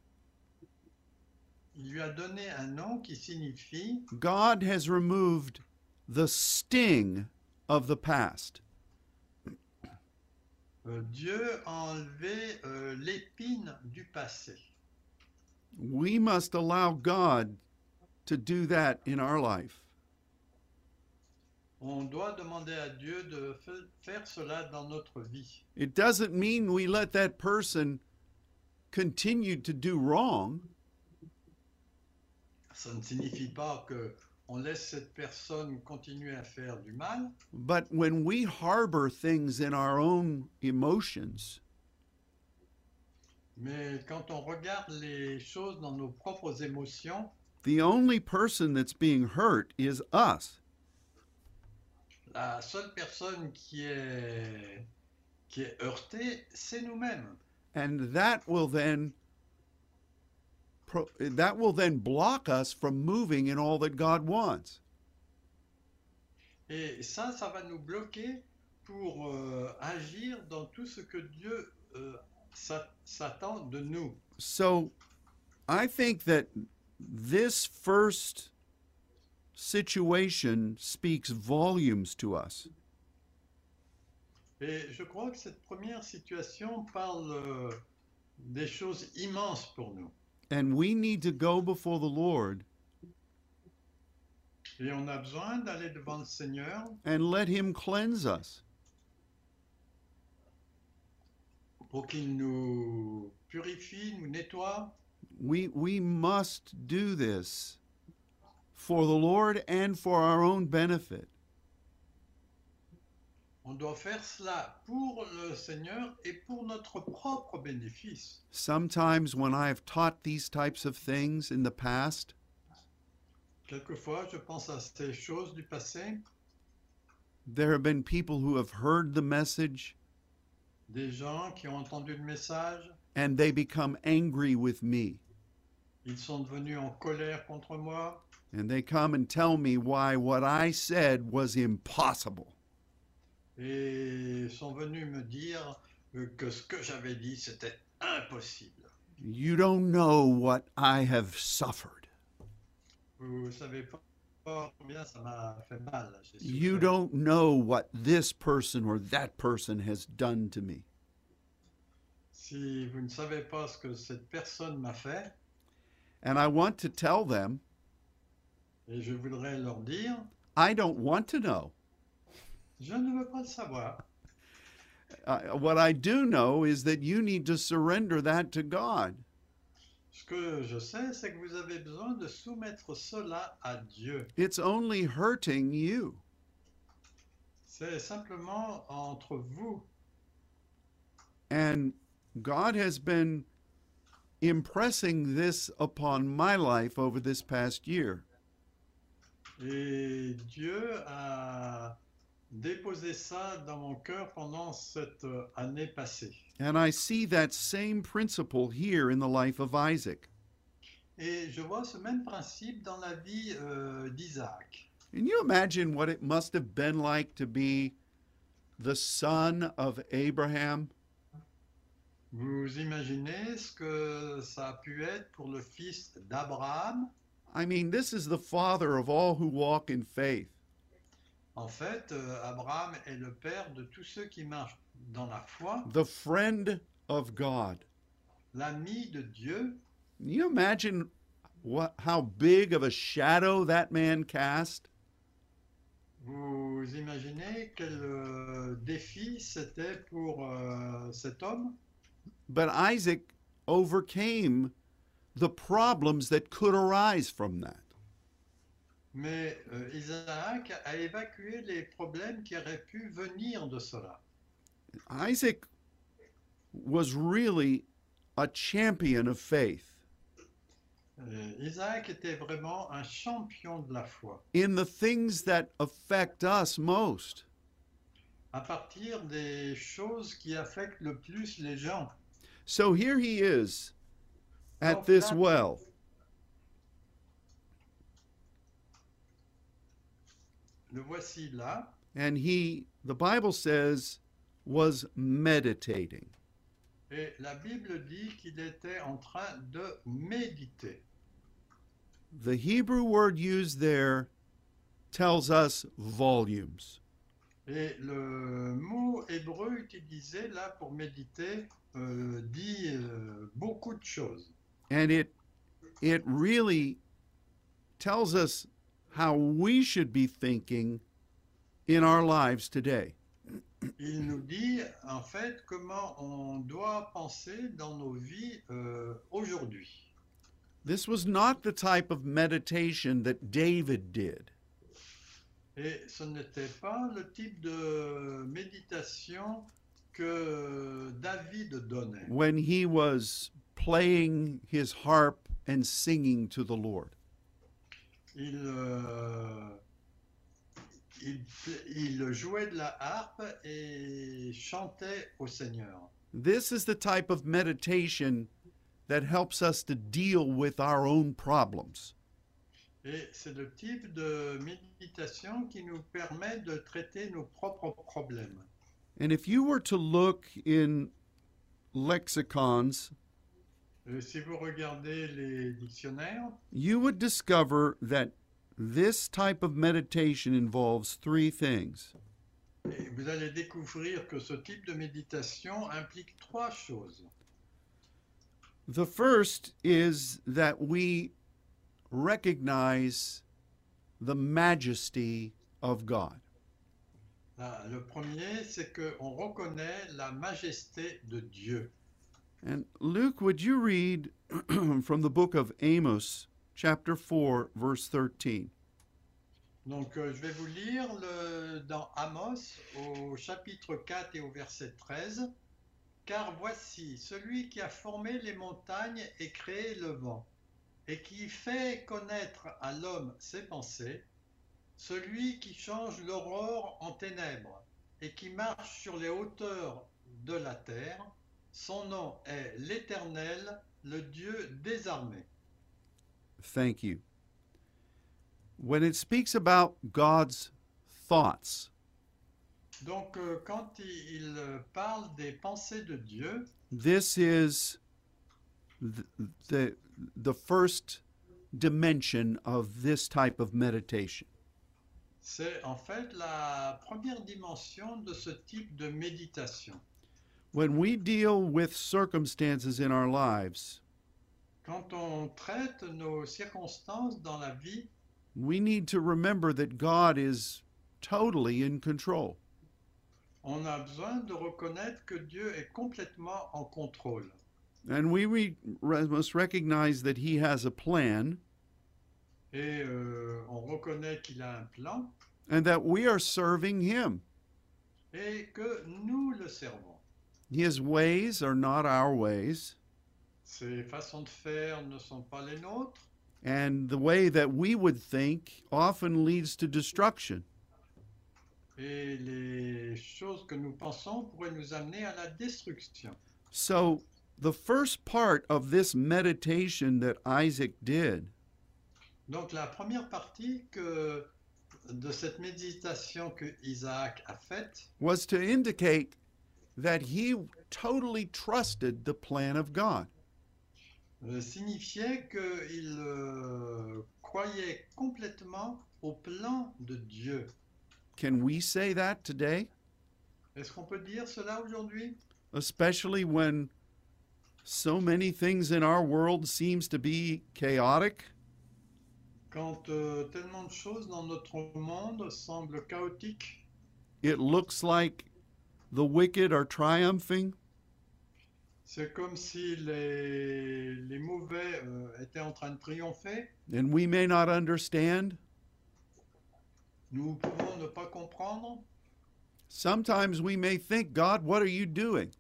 Speaker 2: il lui a donné un nom qui signifie
Speaker 1: God has removed the sting of the past.
Speaker 2: euh, Dieu a enlevé euh, l'épine du passé.
Speaker 1: We must allow God to do that in our life.
Speaker 2: On doit demander à Dieu de fa- faire cela dans notre vie.
Speaker 1: It doesn't mean we let that person continue to do wrong.
Speaker 2: Ça ne signifie pas que on laisse cette personne continuer à faire du mal,
Speaker 1: But when we harbor things in our own emotions,
Speaker 2: mais quand on regarde les choses dans nos propres émotions,
Speaker 1: the only person that's being hurt is us.
Speaker 2: la seule personne qui est qui est heurtée, c'est nous-mêmes.
Speaker 1: And that will then pro- that will then block us from moving in all that God wants.
Speaker 2: Et ça, ça va nous bloquer pour euh, agir dans tout ce que Dieu euh, s'a- s'attend de nous.
Speaker 1: So I think that this first situation speaks volumes to us.
Speaker 2: Et je crois que cette première situation parle euh, des choses immenses pour nous.
Speaker 1: And we need to go before the Lord
Speaker 2: Et on a besoin d'aller devant le Seigneur
Speaker 1: and let Him cleanse us.
Speaker 2: pour qu'il nous purifie, nous nettoie.
Speaker 1: We, we must do this for the Lord and for our own benefit.
Speaker 2: On doit faire cela pour le Seigneur et pour notre propre bénéfice.
Speaker 1: Sometimes when I have taught these types of things in the past,
Speaker 2: Quelquefois, je pense à ces choses du passé,
Speaker 1: there have been people who have heard the message
Speaker 2: des gens qui ont entendu le message,
Speaker 1: and they become angry with me.
Speaker 2: Ils sont devenus en colère contre moi.
Speaker 1: And they come and tell me why what I said was impossible.
Speaker 2: et sont venus me dire euh, que ce que j'avais dit, c'était impossible.
Speaker 1: You don't know what I have suffered.
Speaker 2: Vous savez pas- pas combien ça m'a fait mal. j'ai
Speaker 1: You
Speaker 2: souffert.
Speaker 1: don't know what this person or that person has done to me.
Speaker 2: Si vous ne savez pas ce que cette personne m'a fait,
Speaker 1: And I want to tell them,
Speaker 2: et je voudrais leur dire,
Speaker 1: I don't want to know.
Speaker 2: je ne veux pas le savoir.
Speaker 1: Uh, what I do know is that you need to surrender that to God.
Speaker 2: Ce que je sais, c'est que vous avez besoin de soumettre cela à Dieu.
Speaker 1: It's only hurting you.
Speaker 2: C'est simplement entre vous.
Speaker 1: And God has been impressing this upon my life over this past year.
Speaker 2: Et Dieu a déposé ça dans mon cœur pendant cette euh, année passée.
Speaker 1: And I see that same principle here in the life of Isaac.
Speaker 2: Et je vois ce même principe dans la vie euh, d'Isaac.
Speaker 1: Can you imagine what it must have been like to be the son of Abraham?
Speaker 2: Vous imaginez ce que ça a pu être pour le fils d'Abraham
Speaker 1: I mean, this is the father of all who walk in faith.
Speaker 2: En fait, euh, Abraham est le père de tous ceux qui marchent dans la foi,
Speaker 1: the friend of God.
Speaker 2: l'ami de Dieu.
Speaker 1: Can you imagine what how big of a shadow that man cast?
Speaker 2: Vous imaginez quel euh, défi c'était pour euh, cet homme
Speaker 1: But Isaac overcame the problems that could arise from that.
Speaker 2: Mais euh, Isaac a évacué les problèmes qui auraient pu venir de cela.
Speaker 1: Isaac was really a champion of faith.
Speaker 2: Euh, Isaac était vraiment un champion de la foi
Speaker 1: in the things that affect us most.
Speaker 2: à partir des choses qui affectent le plus les gens.
Speaker 1: So here he is at this well.
Speaker 2: Le voici là,
Speaker 1: and he the bible says was meditating
Speaker 2: et la Bible dit qu'il était en train de méditer.
Speaker 1: the hebrew word used there tells us volumes
Speaker 2: Et le mot hébreu utilisé là pour méditer euh, dit euh, beaucoup de choses.
Speaker 1: and it it really tells us how we should be thinking in our lives today
Speaker 2: Il nous dit en fait comment on doit penser dans nos vies euh, aujourd'hui.
Speaker 1: this was not the type of meditation that david did
Speaker 2: Et ce n'était pas le type de méditation que David donnait
Speaker 1: when he was playing his harp and singing to the lord
Speaker 2: Il, euh, il, il jouait de la harpe et chantait au Seigneur.
Speaker 1: This is the type of meditation that helps us to deal with our own problems.
Speaker 2: Et c'est le type de méditation qui nous permet de traiter nos propres problèmes.
Speaker 1: And if you were to look in lexicons,
Speaker 2: Et Euh, si vous regardez les dictionnaires,
Speaker 1: you would discover that this type of meditation involves three things
Speaker 2: et vous allez découvrir que ce type de méditation implique trois choses.
Speaker 1: The first is that we recognize the majesty of God.
Speaker 2: La- Ah, le premier, c'est qu'on reconnaît la majesté de Dieu.
Speaker 1: And Luke, would you read [CLEARS THROAT] from the book of Amos, chapter 4, verse 13?
Speaker 2: Donc, euh, je vais vous lire le- dans Amos, au chapitre 4 et au verset 13. Car voici celui qui a formé les montagnes et créé le vent, et qui fait connaître à l'homme ses pensées, celui qui change l'aurore en ténèbres, et qui marche sur les hauteurs de la terre. Son nom est l'Éternel, le Dieu des armées.
Speaker 1: Thank you. When it speaks about God's thoughts,
Speaker 2: Donc, euh, quand il- il parle des pensées de Dieu,
Speaker 1: this is the, the, the first dimension of this type of meditation.
Speaker 2: C'est en fait la première dimension de ce type de méditation.
Speaker 1: When we deal with circumstances in our lives,
Speaker 2: Quand on traite nos circonstances dans la vie,
Speaker 1: we need to remember that God is totally in control.
Speaker 2: on a besoin de reconnaître que Dieu est complètement en contrôle.
Speaker 1: And we re- re- must recognize that He has a plan
Speaker 2: Et euh, on reconnaît qu'il a un plan
Speaker 1: and that we are serving Him.
Speaker 2: et que nous le servons.
Speaker 1: His ways are not our ways,
Speaker 2: Ses façons de faire ne sont pas les nôtres
Speaker 1: and the way that we would think often leads to destruction.
Speaker 2: et les choses que nous pensons pourraient nous amener à la destruction.
Speaker 1: So, the first part of this meditation that Isaac did
Speaker 2: Donc la première partie que- de cette méditation que Isaac a faite,
Speaker 1: was to indicate that he totally trusted the plan of God.
Speaker 2: euh, signifiait qu'il euh, croyait complètement au plan de Dieu.
Speaker 1: Can we say that today?
Speaker 2: Est-ce qu'on peut dire cela aujourd'hui
Speaker 1: especially when so many things in our world seems to be chaotic
Speaker 2: Quand euh, tellement de choses dans notre monde semblent chaotiques,
Speaker 1: it looks like the wicked are triumphing
Speaker 2: c'est comme si les, les mauvais euh, étaient en train de triompher.
Speaker 1: and we may not understand
Speaker 2: Nous pouvons ne pas comprendre.
Speaker 1: sometimes we may think god what are you doing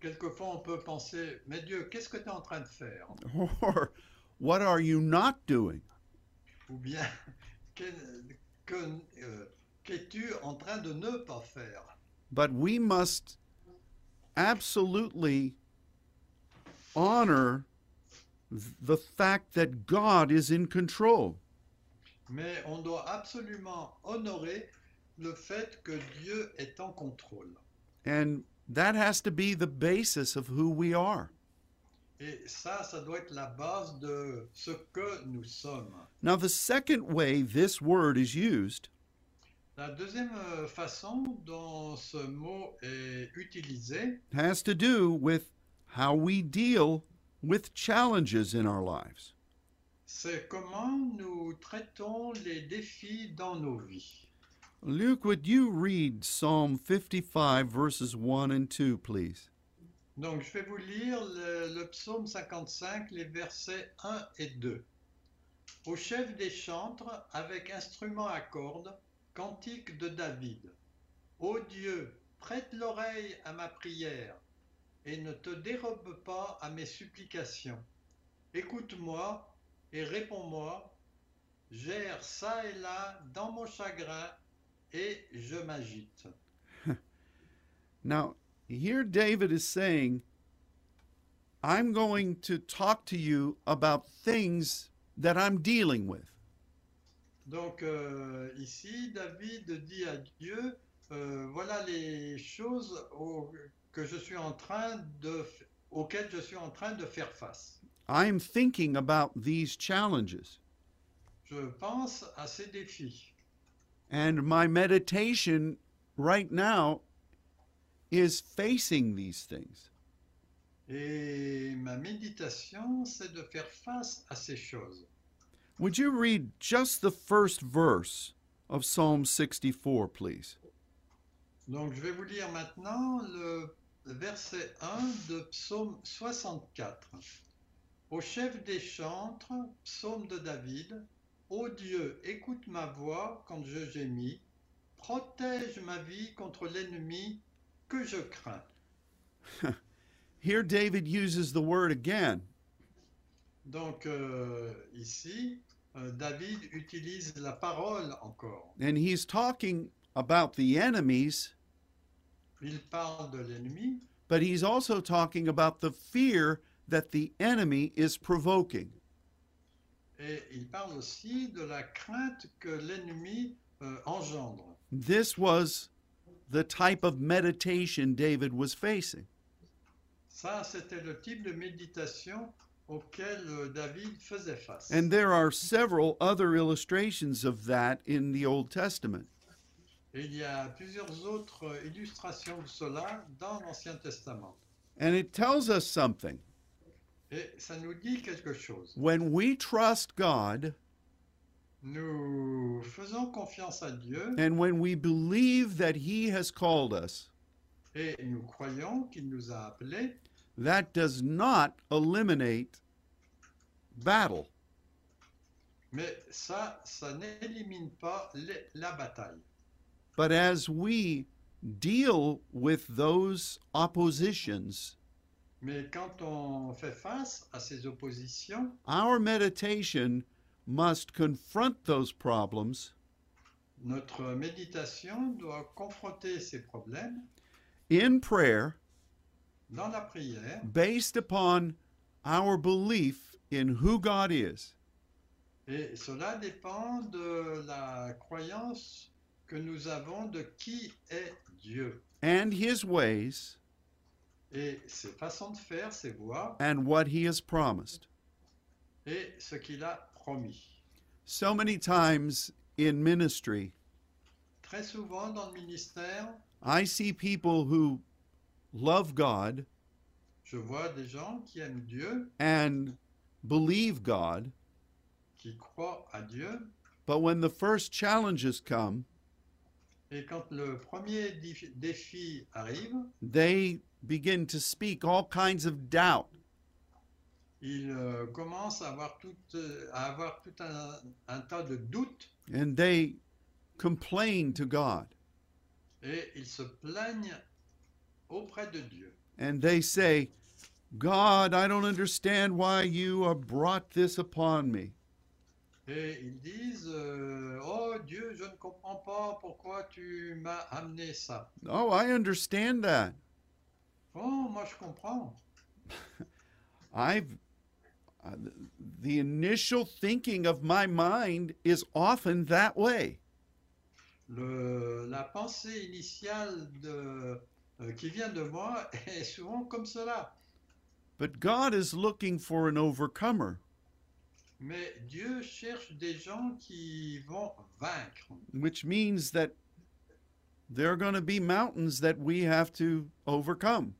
Speaker 2: quelquefois on peut penser, mais Dieu, qu'est-ce que tu es en train de faire
Speaker 1: [LAUGHS] or what are you not doing?
Speaker 2: Ou bien, [LAUGHS] que, que- euh, qu'es-tu en train de ne pas faire
Speaker 1: But we must absolutely honor th- the fact that God is in control.
Speaker 2: Mais on doit absolument honorer le fait que Dieu est en contrôle.
Speaker 1: And that has to be the basis of who we are.
Speaker 2: Et ça, ça doit être la base de ce que nous sommes.
Speaker 1: Now, the second way this word is used
Speaker 2: La deuxième euh, façon dont ce mot est utilisé,
Speaker 1: has to do with how we deal with challenges in our lives.
Speaker 2: c'est comment nous traitons les défis dans nos vies.
Speaker 1: Luke, would you read Psalm 55, verses 1 and 2, please?
Speaker 2: Donc, je vais vous lire le, le psaume 55, les versets 1 et 2. Au chef des chantres, avec instruments à cordes, cantique de David. Ô Dieu, prête l'oreille à ma prière et ne te dérobe pas à mes supplications. Écoute-moi et réponds-moi. Gère ça et là dans mon chagrin et je m'agite.
Speaker 1: Now, here David is saying, I'm going to talk to you about things that I'm dealing with.
Speaker 2: Donc euh, ici, David dit à Dieu, euh, voilà les choses au- que je suis en train de, f- auxquelles je suis en train de faire face.
Speaker 1: I'm thinking about these challenges,
Speaker 2: Je pense à ces défis.
Speaker 1: and my meditation right now is facing these things.
Speaker 2: Et ma méditation, c'est de faire face à ces choses.
Speaker 1: Would you read just the first verse of Psalm 64, please?
Speaker 2: Donc je vais vous lire maintenant le verset 1 de Psaume 64. Au chef des chantres, psaume de David, Ô Dieu, écoute ma voix quand je gémis, protège ma vie contre l'ennemi que je crains.
Speaker 1: Here, David uses the word again,
Speaker 2: Donc euh, ici, euh, David utilise la parole encore.
Speaker 1: and he's talking about the enemies,
Speaker 2: Il parle de l'ennemi,
Speaker 1: but he's also talking about the fear that the enemy is provoking.
Speaker 2: et il parle aussi de la crainte que l'ennemi euh, engendre.
Speaker 1: This was the type of meditation David was facing.
Speaker 2: Ça, c'était le type de méditation auquel euh, David faisait face.
Speaker 1: And there are several other illustrations of that in the Old Testament.
Speaker 2: Et il y a plusieurs autres euh, illustrations de cela dans l'Ancien Testament.
Speaker 1: And it tells us something.
Speaker 2: Et ça nous dit quelque chose.
Speaker 1: When we trust God
Speaker 2: Nous faisons confiance à Dieu
Speaker 1: and when we believe that He has called us,
Speaker 2: et nous croyons qu'il nous a appelés.
Speaker 1: that does not eliminate battle.
Speaker 2: Mais ça, ça n'élimine pas les- la bataille.
Speaker 1: But as we deal with those oppositions,
Speaker 2: Mais quand on fait face à ces oppositions,
Speaker 1: our meditation must confront those problems.
Speaker 2: notre méditation doit confronter ces problèmes
Speaker 1: in prayer
Speaker 2: dans la prière
Speaker 1: based upon our belief in who God is
Speaker 2: Et cela dépend de la croyance que nous avons de qui est Dieu
Speaker 1: and His ways
Speaker 2: et ses façons de faire, ses voies
Speaker 1: and what He has promised.
Speaker 2: et ce qu'il a promis.
Speaker 1: So many times in ministry,
Speaker 2: Très souvent dans le ministère,
Speaker 1: I see people who love God
Speaker 2: je vois des gens qui aiment Dieu,
Speaker 1: and believe God,
Speaker 2: qui croient à Dieu,
Speaker 1: but when the first challenges come,
Speaker 2: et quand le premier dif- défi arrive,
Speaker 1: they begin to speak all kinds of doubt
Speaker 2: ils euh, commencent à avoir tout, euh, à avoir tout un, un tas de doutes
Speaker 1: and they complain to God.
Speaker 2: et ils se plaignent auprès de Dieu.
Speaker 1: and they say, God, I don't understand why you have brought this upon me.
Speaker 2: Et ils disent euh, Oh Dieu, je ne comprends pas pourquoi tu m'as amené ça.
Speaker 1: Oh, I understand that.
Speaker 2: Oh, moi je comprends.
Speaker 1: I've uh, the initial thinking of my mind is often that way.
Speaker 2: Le- la pensée initiale de, euh, qui vient de moi [LAUGHS] est souvent comme cela.
Speaker 1: But God is looking for an overcomer.
Speaker 2: Mais Dieu cherche des gens qui vont vaincre.
Speaker 1: which means that there are going to be mountains that we have to overcome.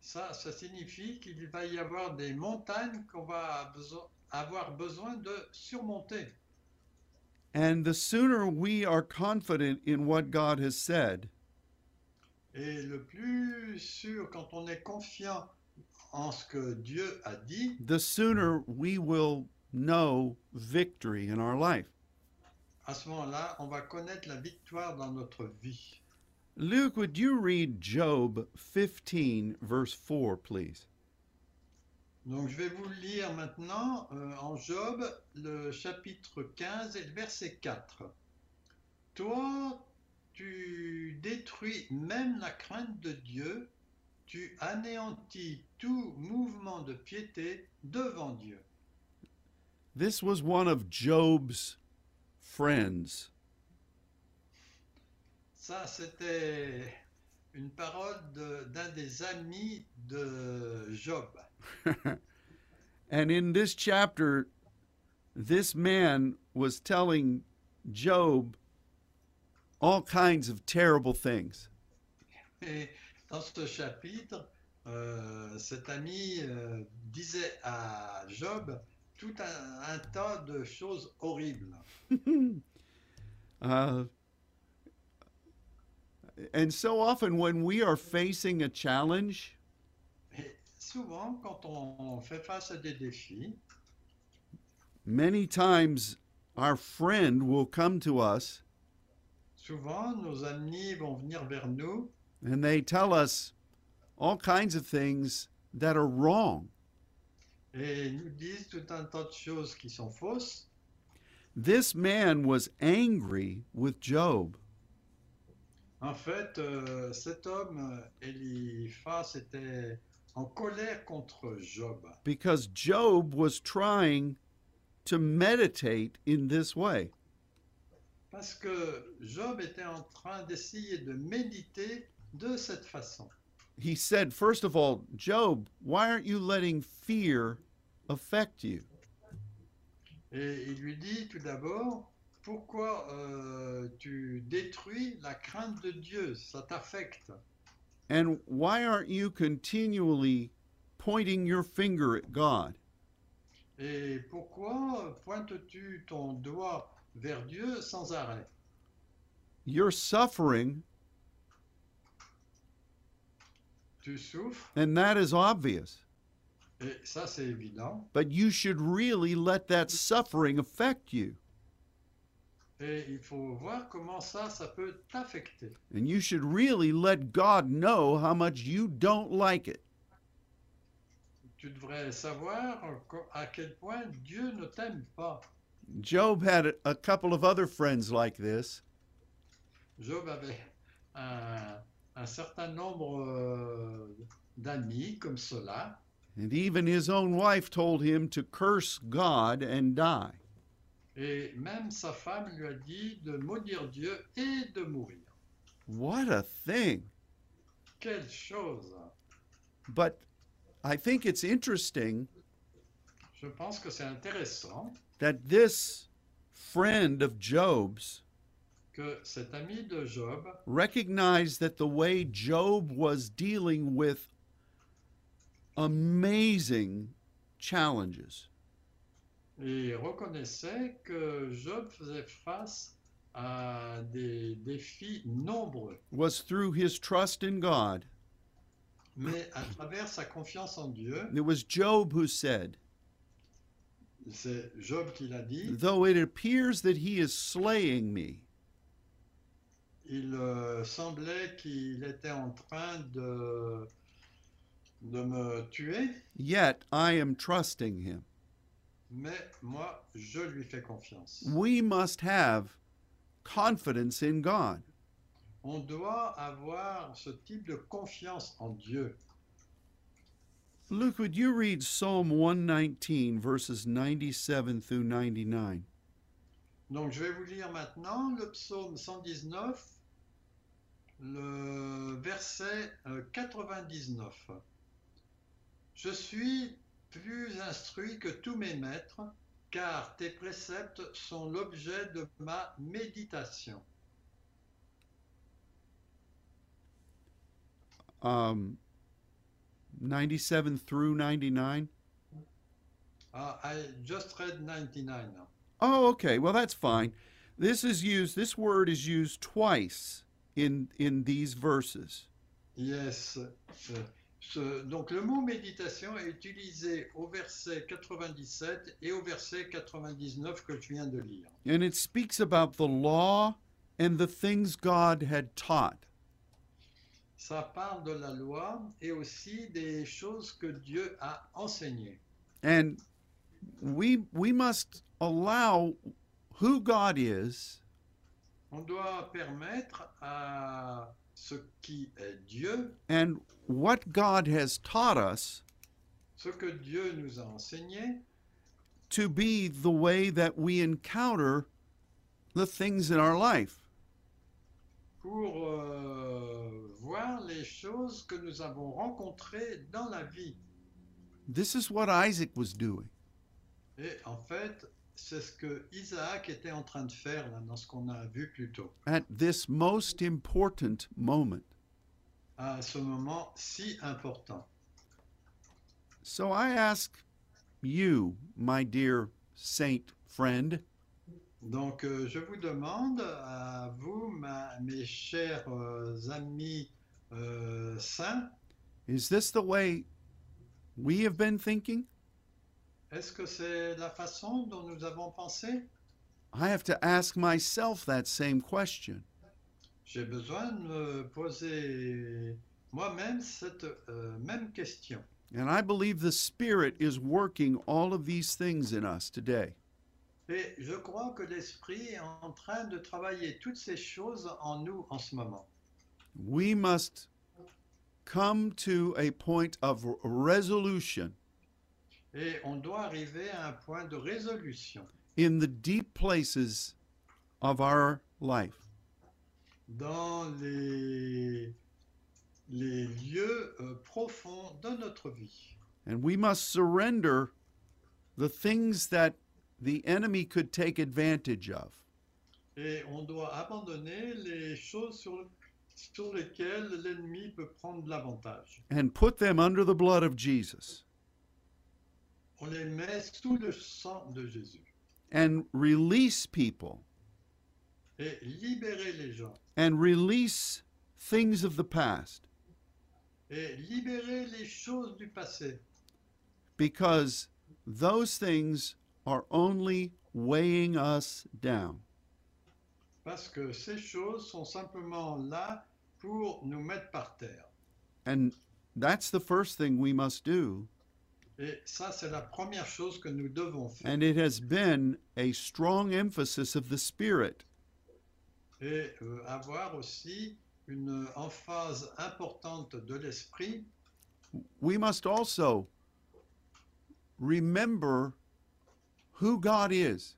Speaker 2: Ça, ça signifie qu'il va y avoir des montagnes qu'on va beso- avoir besoin de surmonter.
Speaker 1: And the sooner we are confident in what God has said,
Speaker 2: Et le plus sûr, quand on est confiant en ce que Dieu a dit,
Speaker 1: the sooner we will know victory in our life.
Speaker 2: à ce moment-là, on va connaître la victoire dans notre vie.
Speaker 1: Luke, would you read Job 15, verse 4, please?
Speaker 2: Donc je vais vous lire maintenant euh, en Job le chapitre 15 et le verset 4. Toi, tu détruis même la crainte de Dieu, tu anéantis tout mouvement de piété devant Dieu.
Speaker 1: This was one of Job's friends. [LAUGHS]
Speaker 2: Ça, c'était une parole de- d'un des amis de Job.
Speaker 1: And in this chapter, this man was telling Job all kinds of terrible things.
Speaker 2: Et dans ce chapitre, euh, cet ami euh, disait à Job tout un, un tas de choses horribles.
Speaker 1: Uh, and so often, when we are facing a challenge,
Speaker 2: Et souvent, quand on fait face à des défis,
Speaker 1: many times our friend will come to us
Speaker 2: souvent nos amis vont venir vers nous
Speaker 1: and they tell us all kinds of things that are wrong.
Speaker 2: et nous disent tout un tas de choses qui sont fausses.
Speaker 1: This man was angry with Job.
Speaker 2: En fait, euh, cet homme, Eliphaz, était en colère contre Job.
Speaker 1: because Job was trying to meditate in this way.
Speaker 2: Parce que Job était en train d'essayer de méditer de cette façon.
Speaker 1: He said, first of all, Job, why aren't you letting fear affect you?
Speaker 2: Et il lui dit tout d'abord, pourquoi euh, tu détruis la crainte de Dieu Ça t'affecte.
Speaker 1: And why aren't you continually pointing your finger at God?
Speaker 2: Et pourquoi pointes-tu ton doigt vers Dieu sans arrêt
Speaker 1: You're suffering,
Speaker 2: Tu souffres,
Speaker 1: and that is obvious,
Speaker 2: et ça c'est évident,
Speaker 1: but you should really let that suffering affect you.
Speaker 2: et il faut voir comment ça, ça peut t'affecter.
Speaker 1: And you should really let God know how much you don't like it.
Speaker 2: Tu devrais savoir co- à quel point Dieu ne t'aime pas.
Speaker 1: Job had a- a couple of other friends like this.
Speaker 2: Job avait un, un certain nombre euh, d'amis comme cela,
Speaker 1: And even his own wife told him to curse God and die.
Speaker 2: et même sa femme lui a dit de maudire Dieu et de mourir.
Speaker 1: What a thing.
Speaker 2: Quelle chose
Speaker 1: But I think it's interesting
Speaker 2: Je pense que c'est intéressant
Speaker 1: that this friend of Job's
Speaker 2: que cet ami de Job
Speaker 1: recognized that the way Job was dealing with amazing challenges,
Speaker 2: il reconnaissait que Job faisait face à des défis nombreux,
Speaker 1: was through his trust in God.
Speaker 2: mais à travers sa confiance en Dieu,
Speaker 1: It was Job who said,
Speaker 2: c'est Job qui l'a dit,
Speaker 1: Though it appears that he is slaying me,
Speaker 2: Il euh, semblait qu'il était en train de de me tuer,
Speaker 1: Yet I am trusting him.
Speaker 2: mais moi, je lui fais confiance.
Speaker 1: We must have confidence in God.
Speaker 2: On doit avoir ce type de confiance en Dieu.
Speaker 1: Luke, would you read Psalm 119, verses 97 through 99?
Speaker 2: Donc, je vais vous lire maintenant le psaume 119, le verset euh, 99. Je suis plus instruit que tous mes maîtres, car tes préceptes sont l'objet de ma méditation.
Speaker 1: Um, 97 through 99?
Speaker 2: Ah, I just read 99.
Speaker 1: Oh, okay. Well, that's fine. This is used, this word is used twice in, in these verses.
Speaker 2: Yes. Euh, ce- donc le mot méditation est utilisé au verset 97 et au verset 99 que je viens de lire.
Speaker 1: And it speaks about the law and the things God had taught.
Speaker 2: Ça parle de la loi et aussi des choses que Dieu a enseignées.
Speaker 1: And we, we must allow who God is
Speaker 2: On doit permettre à ce qui est Dieu,
Speaker 1: and what God has taught us
Speaker 2: ce que Dieu nous a enseigné,
Speaker 1: to be the way that we encounter the things in our life.
Speaker 2: pour euh, voir les choses que nous avons rencontrées dans la vie.
Speaker 1: This is what Isaac was doing.
Speaker 2: Et en fait, c'est ce que Isaac était en train de faire là, dans ce qu'on a vu plus tôt,
Speaker 1: at this most important moment.
Speaker 2: à ce moment si important.
Speaker 1: So I ask you, my dear saint friend,
Speaker 2: Donc, euh, je vous demande à vous, ma- mes chers euh, amis euh, saints,
Speaker 1: is this the way we have been thinking?
Speaker 2: est-ce que c'est la façon dont nous avons pensé
Speaker 1: I have to ask myself that same question.
Speaker 2: J'ai besoin de me poser moi-même cette euh, même question.
Speaker 1: And I believe the Spirit is working all of these things in us today.
Speaker 2: Et je crois que l'Esprit est en train de travailler toutes ces choses en nous en ce moment.
Speaker 1: We must come to a point of resolution
Speaker 2: Et on doit arriver à un point de résolution
Speaker 1: in the deep places of our life.
Speaker 2: dans les, les lieux euh, profonds de notre vie.
Speaker 1: And we must surrender the things that the enemy could take advantage of.
Speaker 2: Et on doit abandonner les choses sur, sur lesquelles l'ennemi peut prendre l'avantage.
Speaker 1: And put them under the blood of Jesus
Speaker 2: On les met sous le sang de Jésus.
Speaker 1: and release people
Speaker 2: Et libérer les gens.
Speaker 1: and release things of the past
Speaker 2: Et libérer les choses du passé.
Speaker 1: because those things are only weighing us down.
Speaker 2: Parce que ces choses sont simplement là pour nous mettre par terre.
Speaker 1: And that's the first thing we must do.
Speaker 2: Et ça, c'est la première chose que nous devons faire.
Speaker 1: And it has been a strong emphasis of the Spirit
Speaker 2: et euh, avoir aussi une emphase importante de l'esprit.
Speaker 1: we must also remember who God is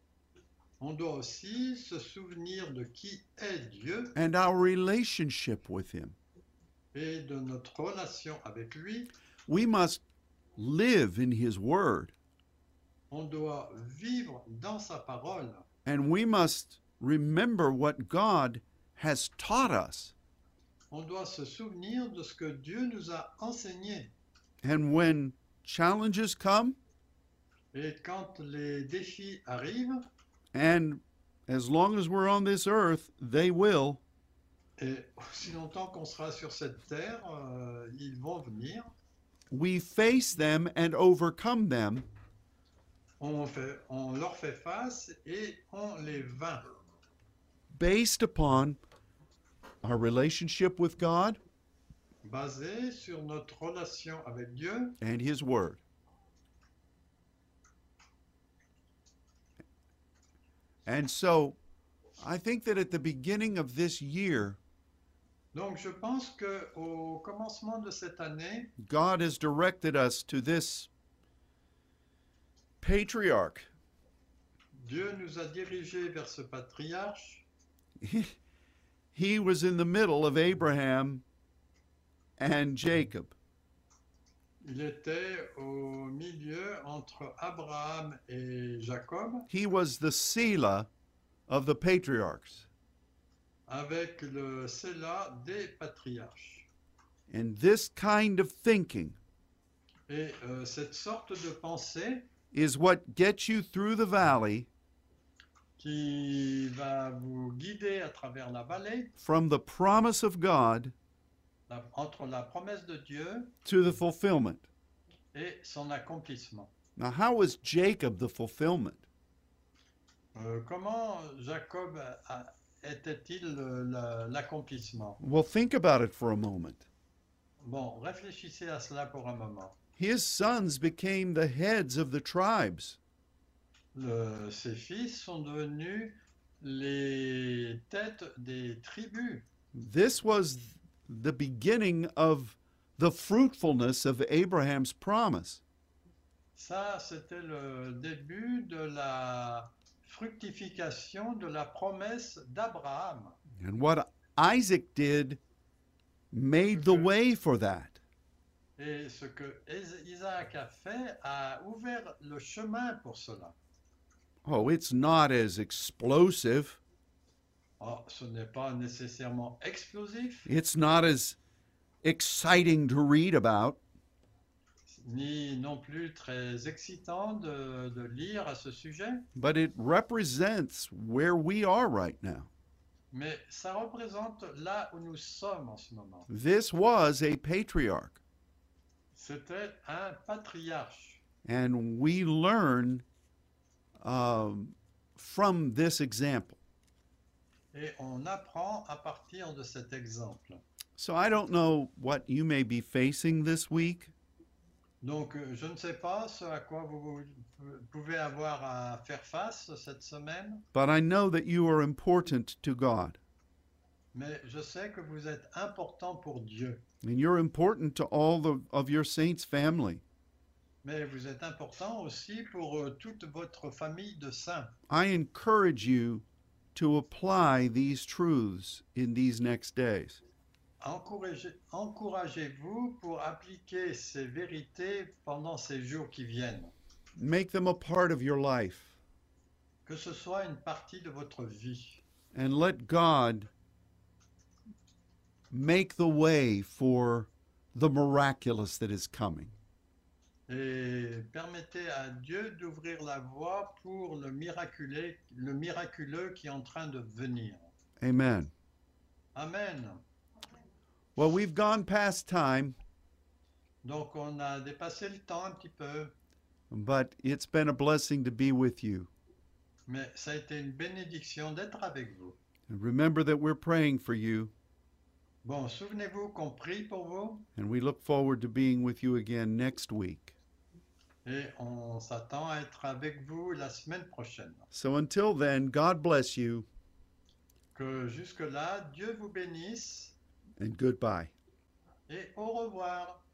Speaker 2: On doit aussi se souvenir de qui est Dieu
Speaker 1: and our relationship with Him.
Speaker 2: et de notre relation avec lui.
Speaker 1: We must live in His Word
Speaker 2: On doit vivre dans sa parole
Speaker 1: and we must remember what God has taught us.
Speaker 2: on doit se souvenir de ce que Dieu nous a enseigné.
Speaker 1: And when challenges come,
Speaker 2: Et quand les défis arrivent,
Speaker 1: and as long as we're on this earth, they will,
Speaker 2: et aussi longtemps qu'on sera sur cette terre, euh, ils vont venir.
Speaker 1: we face them and overcome them
Speaker 2: On, fait- on leur fait face et on les vainc.
Speaker 1: based upon our relationship with God
Speaker 2: basée sur notre relation avec Dieu
Speaker 1: and His Word. And so I think that at the beginning of this year,
Speaker 2: Donc je pense que au commencement de cette année,
Speaker 1: God has directed us to this patriarch.
Speaker 2: Dieu nous a dirigés vers ce patriarche.
Speaker 1: he was in the middle of Abraham and Jacob.
Speaker 2: Il était au milieu entre Abraham et Jacob,
Speaker 1: He was the Selah of the patriarchs.
Speaker 2: avec le Séla des patriarches.
Speaker 1: And this kind of thinking
Speaker 2: Et euh, cette sorte de pensée
Speaker 1: is what gets you through the valley
Speaker 2: qui va vous guider à travers la vallée,
Speaker 1: from the promise of God
Speaker 2: la- entre la promesse de Dieu
Speaker 1: to the fulfillment.
Speaker 2: et son accomplissement.
Speaker 1: Now, how was Jacob the fulfillment?
Speaker 2: Euh, comment Jacob a- était-il euh, la- l'accomplissement
Speaker 1: Well, think about it for a moment.
Speaker 2: Bon, réfléchissez à cela pour un moment.
Speaker 1: His sons became the heads of the tribes.
Speaker 2: Le- ses fils sont devenus les têtes des tribus.
Speaker 1: This was the beginning of the fruitfulness of Abraham's promise.
Speaker 2: Ça, c'était le début de la fructification de la promesse d'Abraham.
Speaker 1: And what Isaac did made the way for that.
Speaker 2: Et ce que Is- Isaac a fait a ouvert le chemin pour cela.
Speaker 1: Oh, it's not as explosive,
Speaker 2: Alors, Oh, ce n'est pas nécessairement explosif,
Speaker 1: it's not as exciting to read about,
Speaker 2: ni non plus très excitant de, de lire à ce sujet,
Speaker 1: but it represents where we are right now.
Speaker 2: mais ça représente là où nous sommes en ce moment.
Speaker 1: This was a patriarch,
Speaker 2: C'était un patriarche.
Speaker 1: and we learn um, from this example.
Speaker 2: Et on apprend à partir de cet exemple.
Speaker 1: So I don't know what you may be facing this week.
Speaker 2: Donc, euh, je ne sais pas ce à quoi vous vous pouvez avoir à faire face cette semaine,
Speaker 1: But I know that you are important to God,
Speaker 2: mais je sais que vous êtes important pour Dieu,
Speaker 1: and you're important to all the, of your saints' family.
Speaker 2: mais vous êtes important aussi pour euh, toute votre famille de saints.
Speaker 1: I encourage you to apply these truths in these next days.
Speaker 2: Encouragez- Encouragez-vous pour appliquer ces vérités pendant ces jours qui viennent,
Speaker 1: Make them a part of your life,
Speaker 2: que ce soit une partie de votre vie,
Speaker 1: and let God make the way for the miraculous that is coming.
Speaker 2: et permettez à Dieu d'ouvrir la voie pour le miraculé- le miraculeux qui est en train de venir.
Speaker 1: Amen.
Speaker 2: Amen.
Speaker 1: Well, we've gone past time,
Speaker 2: Donc on a dépassé le temps un petit peu,
Speaker 1: but it's been a blessing to be with you.
Speaker 2: mais ça a été une bénédiction d'être avec vous.
Speaker 1: And remember that we're praying for you.
Speaker 2: Bon, souvenez-vous qu'on prie pour vous
Speaker 1: And we look forward to being with you again next week.
Speaker 2: et on s'attend à être avec vous la semaine prochaine.
Speaker 1: So until then, God bless you
Speaker 2: Que jusque-là, Dieu vous bénisse
Speaker 1: and goodbye.
Speaker 2: et au revoir.